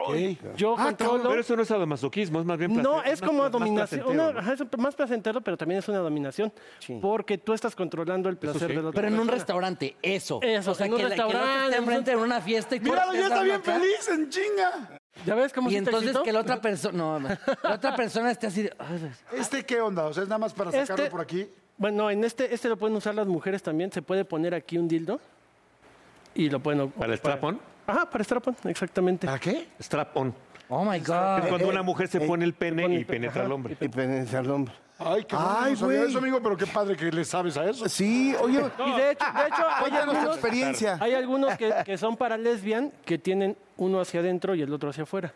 S9: Yo controlo...
S3: Pero eso no es sadomasoquismo, es más bien placer.
S9: No, es
S3: más-
S9: como
S3: más
S9: dominación.
S3: placentero,
S9: una-
S3: ¿no?
S9: ajá, es más placentero, pero también es una dominación. Porque tú estás controlando el placer
S3: sí.
S9: del otro.
S5: Pero en un restaurante, eso.
S9: Eso,
S5: o sea,
S9: en un
S5: que la- que el otro
S9: restaurante,
S5: esté
S9: en un-
S5: enfrente de una fiesta y tú
S2: Míralo,
S5: estés
S2: ya está
S5: dando
S2: bien
S5: acá.
S2: feliz, en chinga.
S9: ¿Ya ves cómo
S5: Y
S9: sí te
S5: entonces
S9: excitó?
S5: que la otra persona, no, no, la otra persona esté así de, ay,
S2: ¿Este qué onda? O sea, es nada más para
S9: Este-
S2: sacarlo por aquí.
S9: Bueno, en este, este lo pueden usar las mujeres también. Se puede poner aquí un dildo y lo pueden...
S3: ¿Para el strap-on?
S9: Ajá, para strapón, exactamente.
S2: qué?
S3: Strap-on.
S5: oh my god.
S3: Es cuando una mujer
S4: Eh,
S3: se pone el pene y penetra al hombre.
S8: Y pendencia al hombre.
S2: Ay, qué bueno,
S4: Ay,
S2: no sabía
S4: güey.
S2: eso, amigo, pero qué padre que le sabes a eso.
S4: Sí, oye,
S9: Y de hecho, de hecho hay
S4: cuéntanos tu
S9: algunos,
S4: experiencia.
S9: hay algunos que, que son para lesbian que tienen uno hacia adentro y el otro hacia afuera.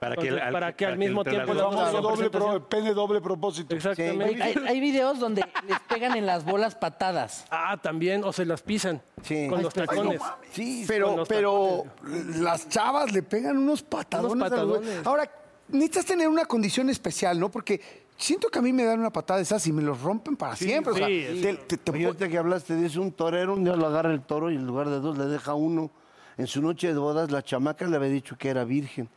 S3: Para que,
S9: Entonces, para que al mismo
S3: te la-
S9: tiempo
S2: Vamos a
S9: la
S2: doble pro-
S9: presentación.
S2: pene doble propósito.
S9: Exactamente.
S5: Hay, hay- hay videos donde les pegan en las bolas patadas.
S9: Ah, también, o se las pisan
S4: Sí.
S9: con los tacones.
S4: Sí,
S9: con
S4: pero,
S9: los
S4: pero las chavas le pegan unos patadones.
S9: Unos
S4: a los güeyes.
S9: patadones.
S4: Ahora, necesitas tener una condición especial, ¿no? Porque siento que a mí me dan una patada de esas y me los rompen para siempre. o sea,
S9: sí, sí.
S4: te- te- te-
S8: Oye, ahorita que hablaste de eso, un torero un día lo agarra el toro y en lugar de dos le deja uno. En su noche de bodas, la chamaca le había dicho que era virgen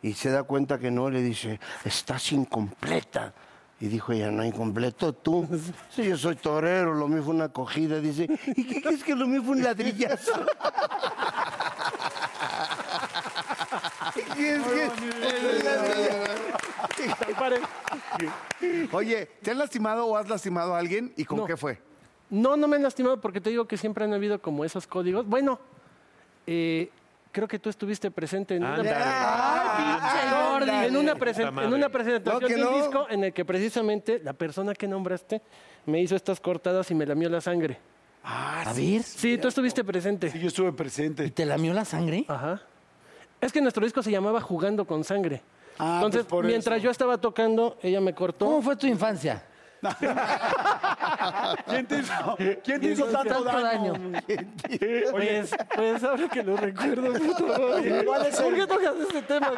S8: y se da cuenta que no, le dice, estás incompleta. Y dijo ella, no, incompleto tú. Sí, yo soy torero, lo mío fue una acogida. Dice, ¿y qué crees que lo mío fue un ladrillazo?
S4: Y es que-
S9: Pare-
S4: Oye, ¿te han lastimado o has lastimado a alguien y con qué fue?
S9: No, no me han lastimado porque te digo que siempre han habido como esos códigos. Bueno, eh, creo que tú estuviste presente en una...
S5: Ay, pinche Jordi.
S9: en una, presen-
S3: Puta madre.
S9: en una presentación
S4: No, que
S9: de un
S4: no.
S9: disco en el que precisamente la persona que nombraste me hizo estas cortadas y me lamió la sangre. ¿A ver? Sí, tú estuviste presente. Sí,
S2: yo estuve presente.
S9: ¿Y te lamió la sangre? Ajá. Es que nuestro disco se llamaba Jugando con Sangre.
S4: Ah,
S9: Entonces,
S5: pues por
S9: mientras yo estaba tocando, ella me cortó. ¿Cómo fue tu infancia?
S2: ¿Quién te hizo, quién te hizo tanto, daño?
S9: Pues, pues ahora que lo recuerdo, puto.
S2: ¿Cuál es
S9: ¿Por
S2: el-
S9: qué tocas
S1: este
S9: ese tema?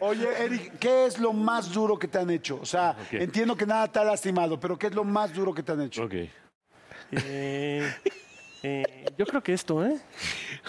S2: Oye, Eric, ¿qué es lo más duro que te han hecho? O sea, entiendo que nada te ha lastimado, pero ¿qué es lo más duro que te han hecho?
S9: Eh, eh, yo creo que esto, ¿eh?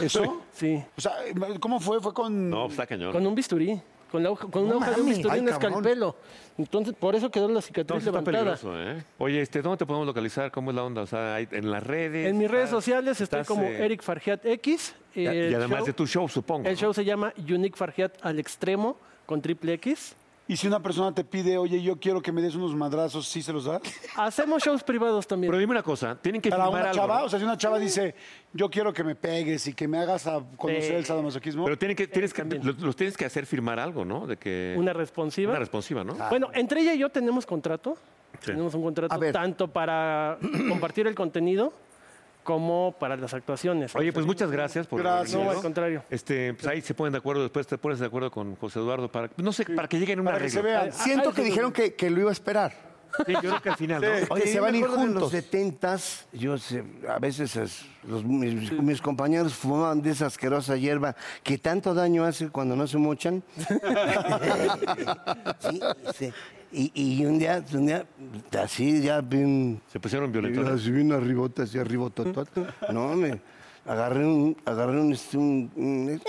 S2: ¿Eso?
S9: Sí.
S2: O sea, ¿cómo fue? ¿Fue con...?
S3: No, pues, está cañón.
S9: Con un bisturí. Con, la hoja- con una
S3: No
S9: hoja de un
S3: mames.
S9: bisturí
S3: Ay,
S9: en un
S3: cabrón.
S9: escalpelo. Entonces, por eso quedó la cicatriz
S3: Entonces está
S9: levantada.
S3: peligroso, ¿eh? Oye, este, ¿dónde te podemos localizar? ¿Cómo es la onda? O sea, hay- en las redes.
S9: En mis redes
S3: estás-
S9: sociales estoy
S3: estás,
S9: como
S3: eh,
S9: Eric Fargiat X. eh,
S3: Y, y
S9: El
S3: además
S9: show-
S3: de tu show, supongo.
S9: El show se llama Unique Fargiat al extremo con triple X.
S2: ¿Y si una persona te pide, oye, yo quiero que me des unos madrazos, ¿sí se los das?
S9: Hacemos shows privados también.
S3: Pero dime una cosa, tienen que
S2: Para
S3: filmar
S2: una
S3: algo,
S2: chava,
S3: ¿no?
S2: o sea, si una chava dice, yo quiero que me pegues y que me hagas a conocer
S3: Eh,
S2: el sadomasoquismo.
S3: Pero tienen que, tienes que, los, los tienes que hacer firmar algo, ¿no? De que,
S9: Una responsiva. Ah.
S3: Una responsiva, ¿no?
S9: Bueno, entre ella y yo tenemos contrato.
S3: Sí.
S9: Tenemos un contrato
S3: Ah. A ver.
S9: tanto para compartir el contenido como para las actuaciones.
S3: Oye, pues muchas gracias por haber
S9: No,
S3: venido.
S9: al contrario.
S3: Este, pues ahí se ponen de acuerdo, después te pones de acuerdo con José Eduardo para, no sé, para que lleguen a un
S4: Para que
S3: arreglo.
S4: se vean.
S9: Ah,
S4: Siento que dijeron que, que lo iba a esperar.
S3: Sí, yo creo que al final, ¿no?
S8: Es que
S3: Oye,
S8: se
S3: yo
S8: van
S3: me
S8: a ir
S3: acuerdo de los
S8: juntos. En los 70s, yo sé, a veces es- los- mis, mis compañeros fumaban de esa asquerosa hierba que tanto daño hace cuando no se mochan. Sí, sí. Y, y un día, un día, así ya bien...
S3: Se pusieron violentos.
S8: Así bien arribota, así arribototota. No, me agarré un... Agarré un... este, un- un-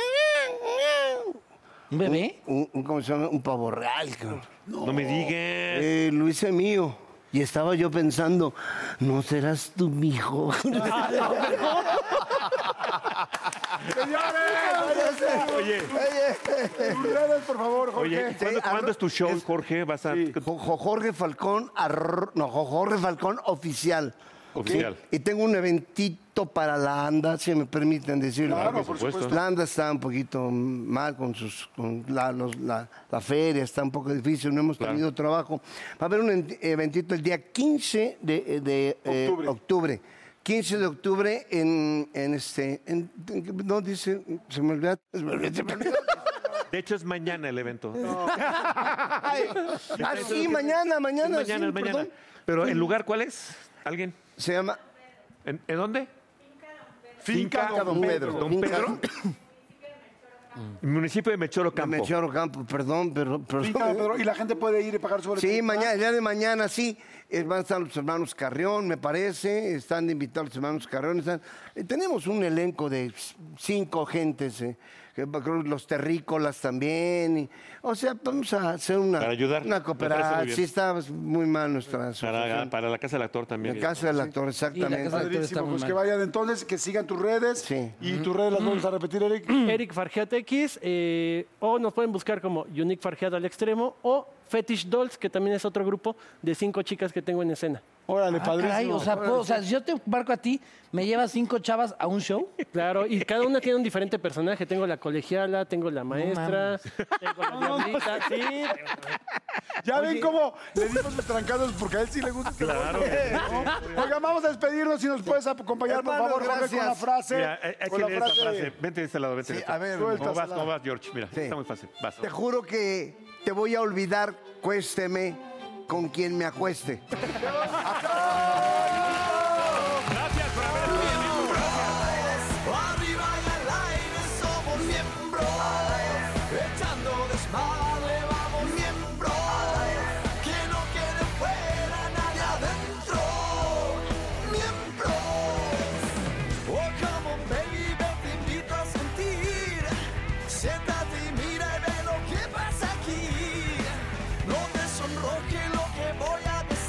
S5: ¿Un bebé?
S8: Un, un- ¿Cómo se llama? Un pavorral, cabrón.
S3: No, me digas.
S8: Eh, lo hice mío. Y estaba yo pensando, ¿no serás tu mijo?
S2: ¡Señores!
S3: Oye.
S2: Tus redes, por favor, Jorge.
S3: Oye, ¿cuándo, cuándo es tu show, Jorge? Vas a...
S8: Jo- jo- Jorge Falcón, arro- no, jo- Jorge Falcón oficial.
S3: Oficial.
S8: Sí, Y tengo un eventito para la anda, si me permiten decirlo.
S3: Claro, Claro, por por supuesto. supuesto.
S8: La anda está un poquito mal con sus, con la, los- la- la feria está un poco difícil, no hemos tenido trabajo. Va a haber un en- eventito el día 15 de, de, eh, octubre. 15 de octubre en, en este, en- no dice, se me olvidó, se me olvidó, se me olvidó.
S3: De hecho, es mañana el evento.
S8: Ah, sí, mañana, mañana.
S3: Es mañana,
S8: sí,
S3: es mañana.
S8: perdón.
S3: Pero el lugar, ¿cuál es? ¿Alguien?
S8: Se llama.
S3: ¿En, en dónde?
S8: Finca Don Pedro.
S3: Don Pedro. Municipio de Mechoro Campo.
S8: Mechoro Campo, perdón, pero. pero-
S2: Sí, claro, Pedro, y la gente puede ir y pagar su boleto.
S8: Sí, mañana, el día de mañana, sí. eh, Van a estar los hermanos Carrión, me parece. Están de invitados los hermanos Carrión. están- eh, tenemos un elenco de c- cinco gentes. eh, que va- creo que los terrícolas también. y- o sea, vamos a hacer una.
S3: Para ayudar, me
S8: Una
S3: parece muy
S8: cooperativa.
S3: bien.
S8: Sí, está muy mal nuestra.
S3: Para,
S8: asociación.
S3: para la Casa del Actor también.
S8: la casa del actor, exactamente.
S2: Padrísimo, pues que vayan entonces, que sigan tus redes. Y tus redes las vamos a repetir, Eric.
S9: Eric Fargiat X, eh, o nos pueden buscar como Unique Fargiat al extremo o Fetish Dolls, que también es otro grupo de cinco chicas que tengo en escena.
S3: Ah,
S2: Órale,
S9: padrísimo.
S5: Ah, Caray, o sea,
S3: pues,
S5: puedo- o sea, si yo te marco a ti, ¿me llevas cinco chavas a un show?
S9: Claro, y cada una tiene un diferente personaje. Tengo la colegiala, tengo la maestra, tengo la diablita, sí.
S2: Ya ven cómo le dimos sus trancados porque a él sí le gusta. este
S3: Claro.
S2: golpe, ¿no? Oigan, vamos a despedirnos. Si nos puedes acompañar, por
S8: Hermano,
S2: favor, Jorge, con la
S8: gracias.
S2: frase.
S3: Mira, eh, hay- hay
S2: con
S3: que
S2: la
S3: leer esta
S2: frase.
S3: frase. Vente de este lado, vente de
S8: Sí,
S3: este
S8: a ver,
S3: ¿Cómo vas,
S8: suéltasela.
S3: cómo vas, George? Mira,
S8: Sí.
S3: está muy fácil. Vas.
S8: Te juro que te voy a olvidar, cuésteme con quien me acueste.
S1: Gracias por haber estado miembro. Arriba y al aire somos miembros. Echando desmadre vamos miembros. Que no quede fuera nadie adentro. Miembros. Oh, come on, baby, te invito a sentir. Siéntate y mira y ve lo que pasa aquí. No te sonroje lo que voy a decir.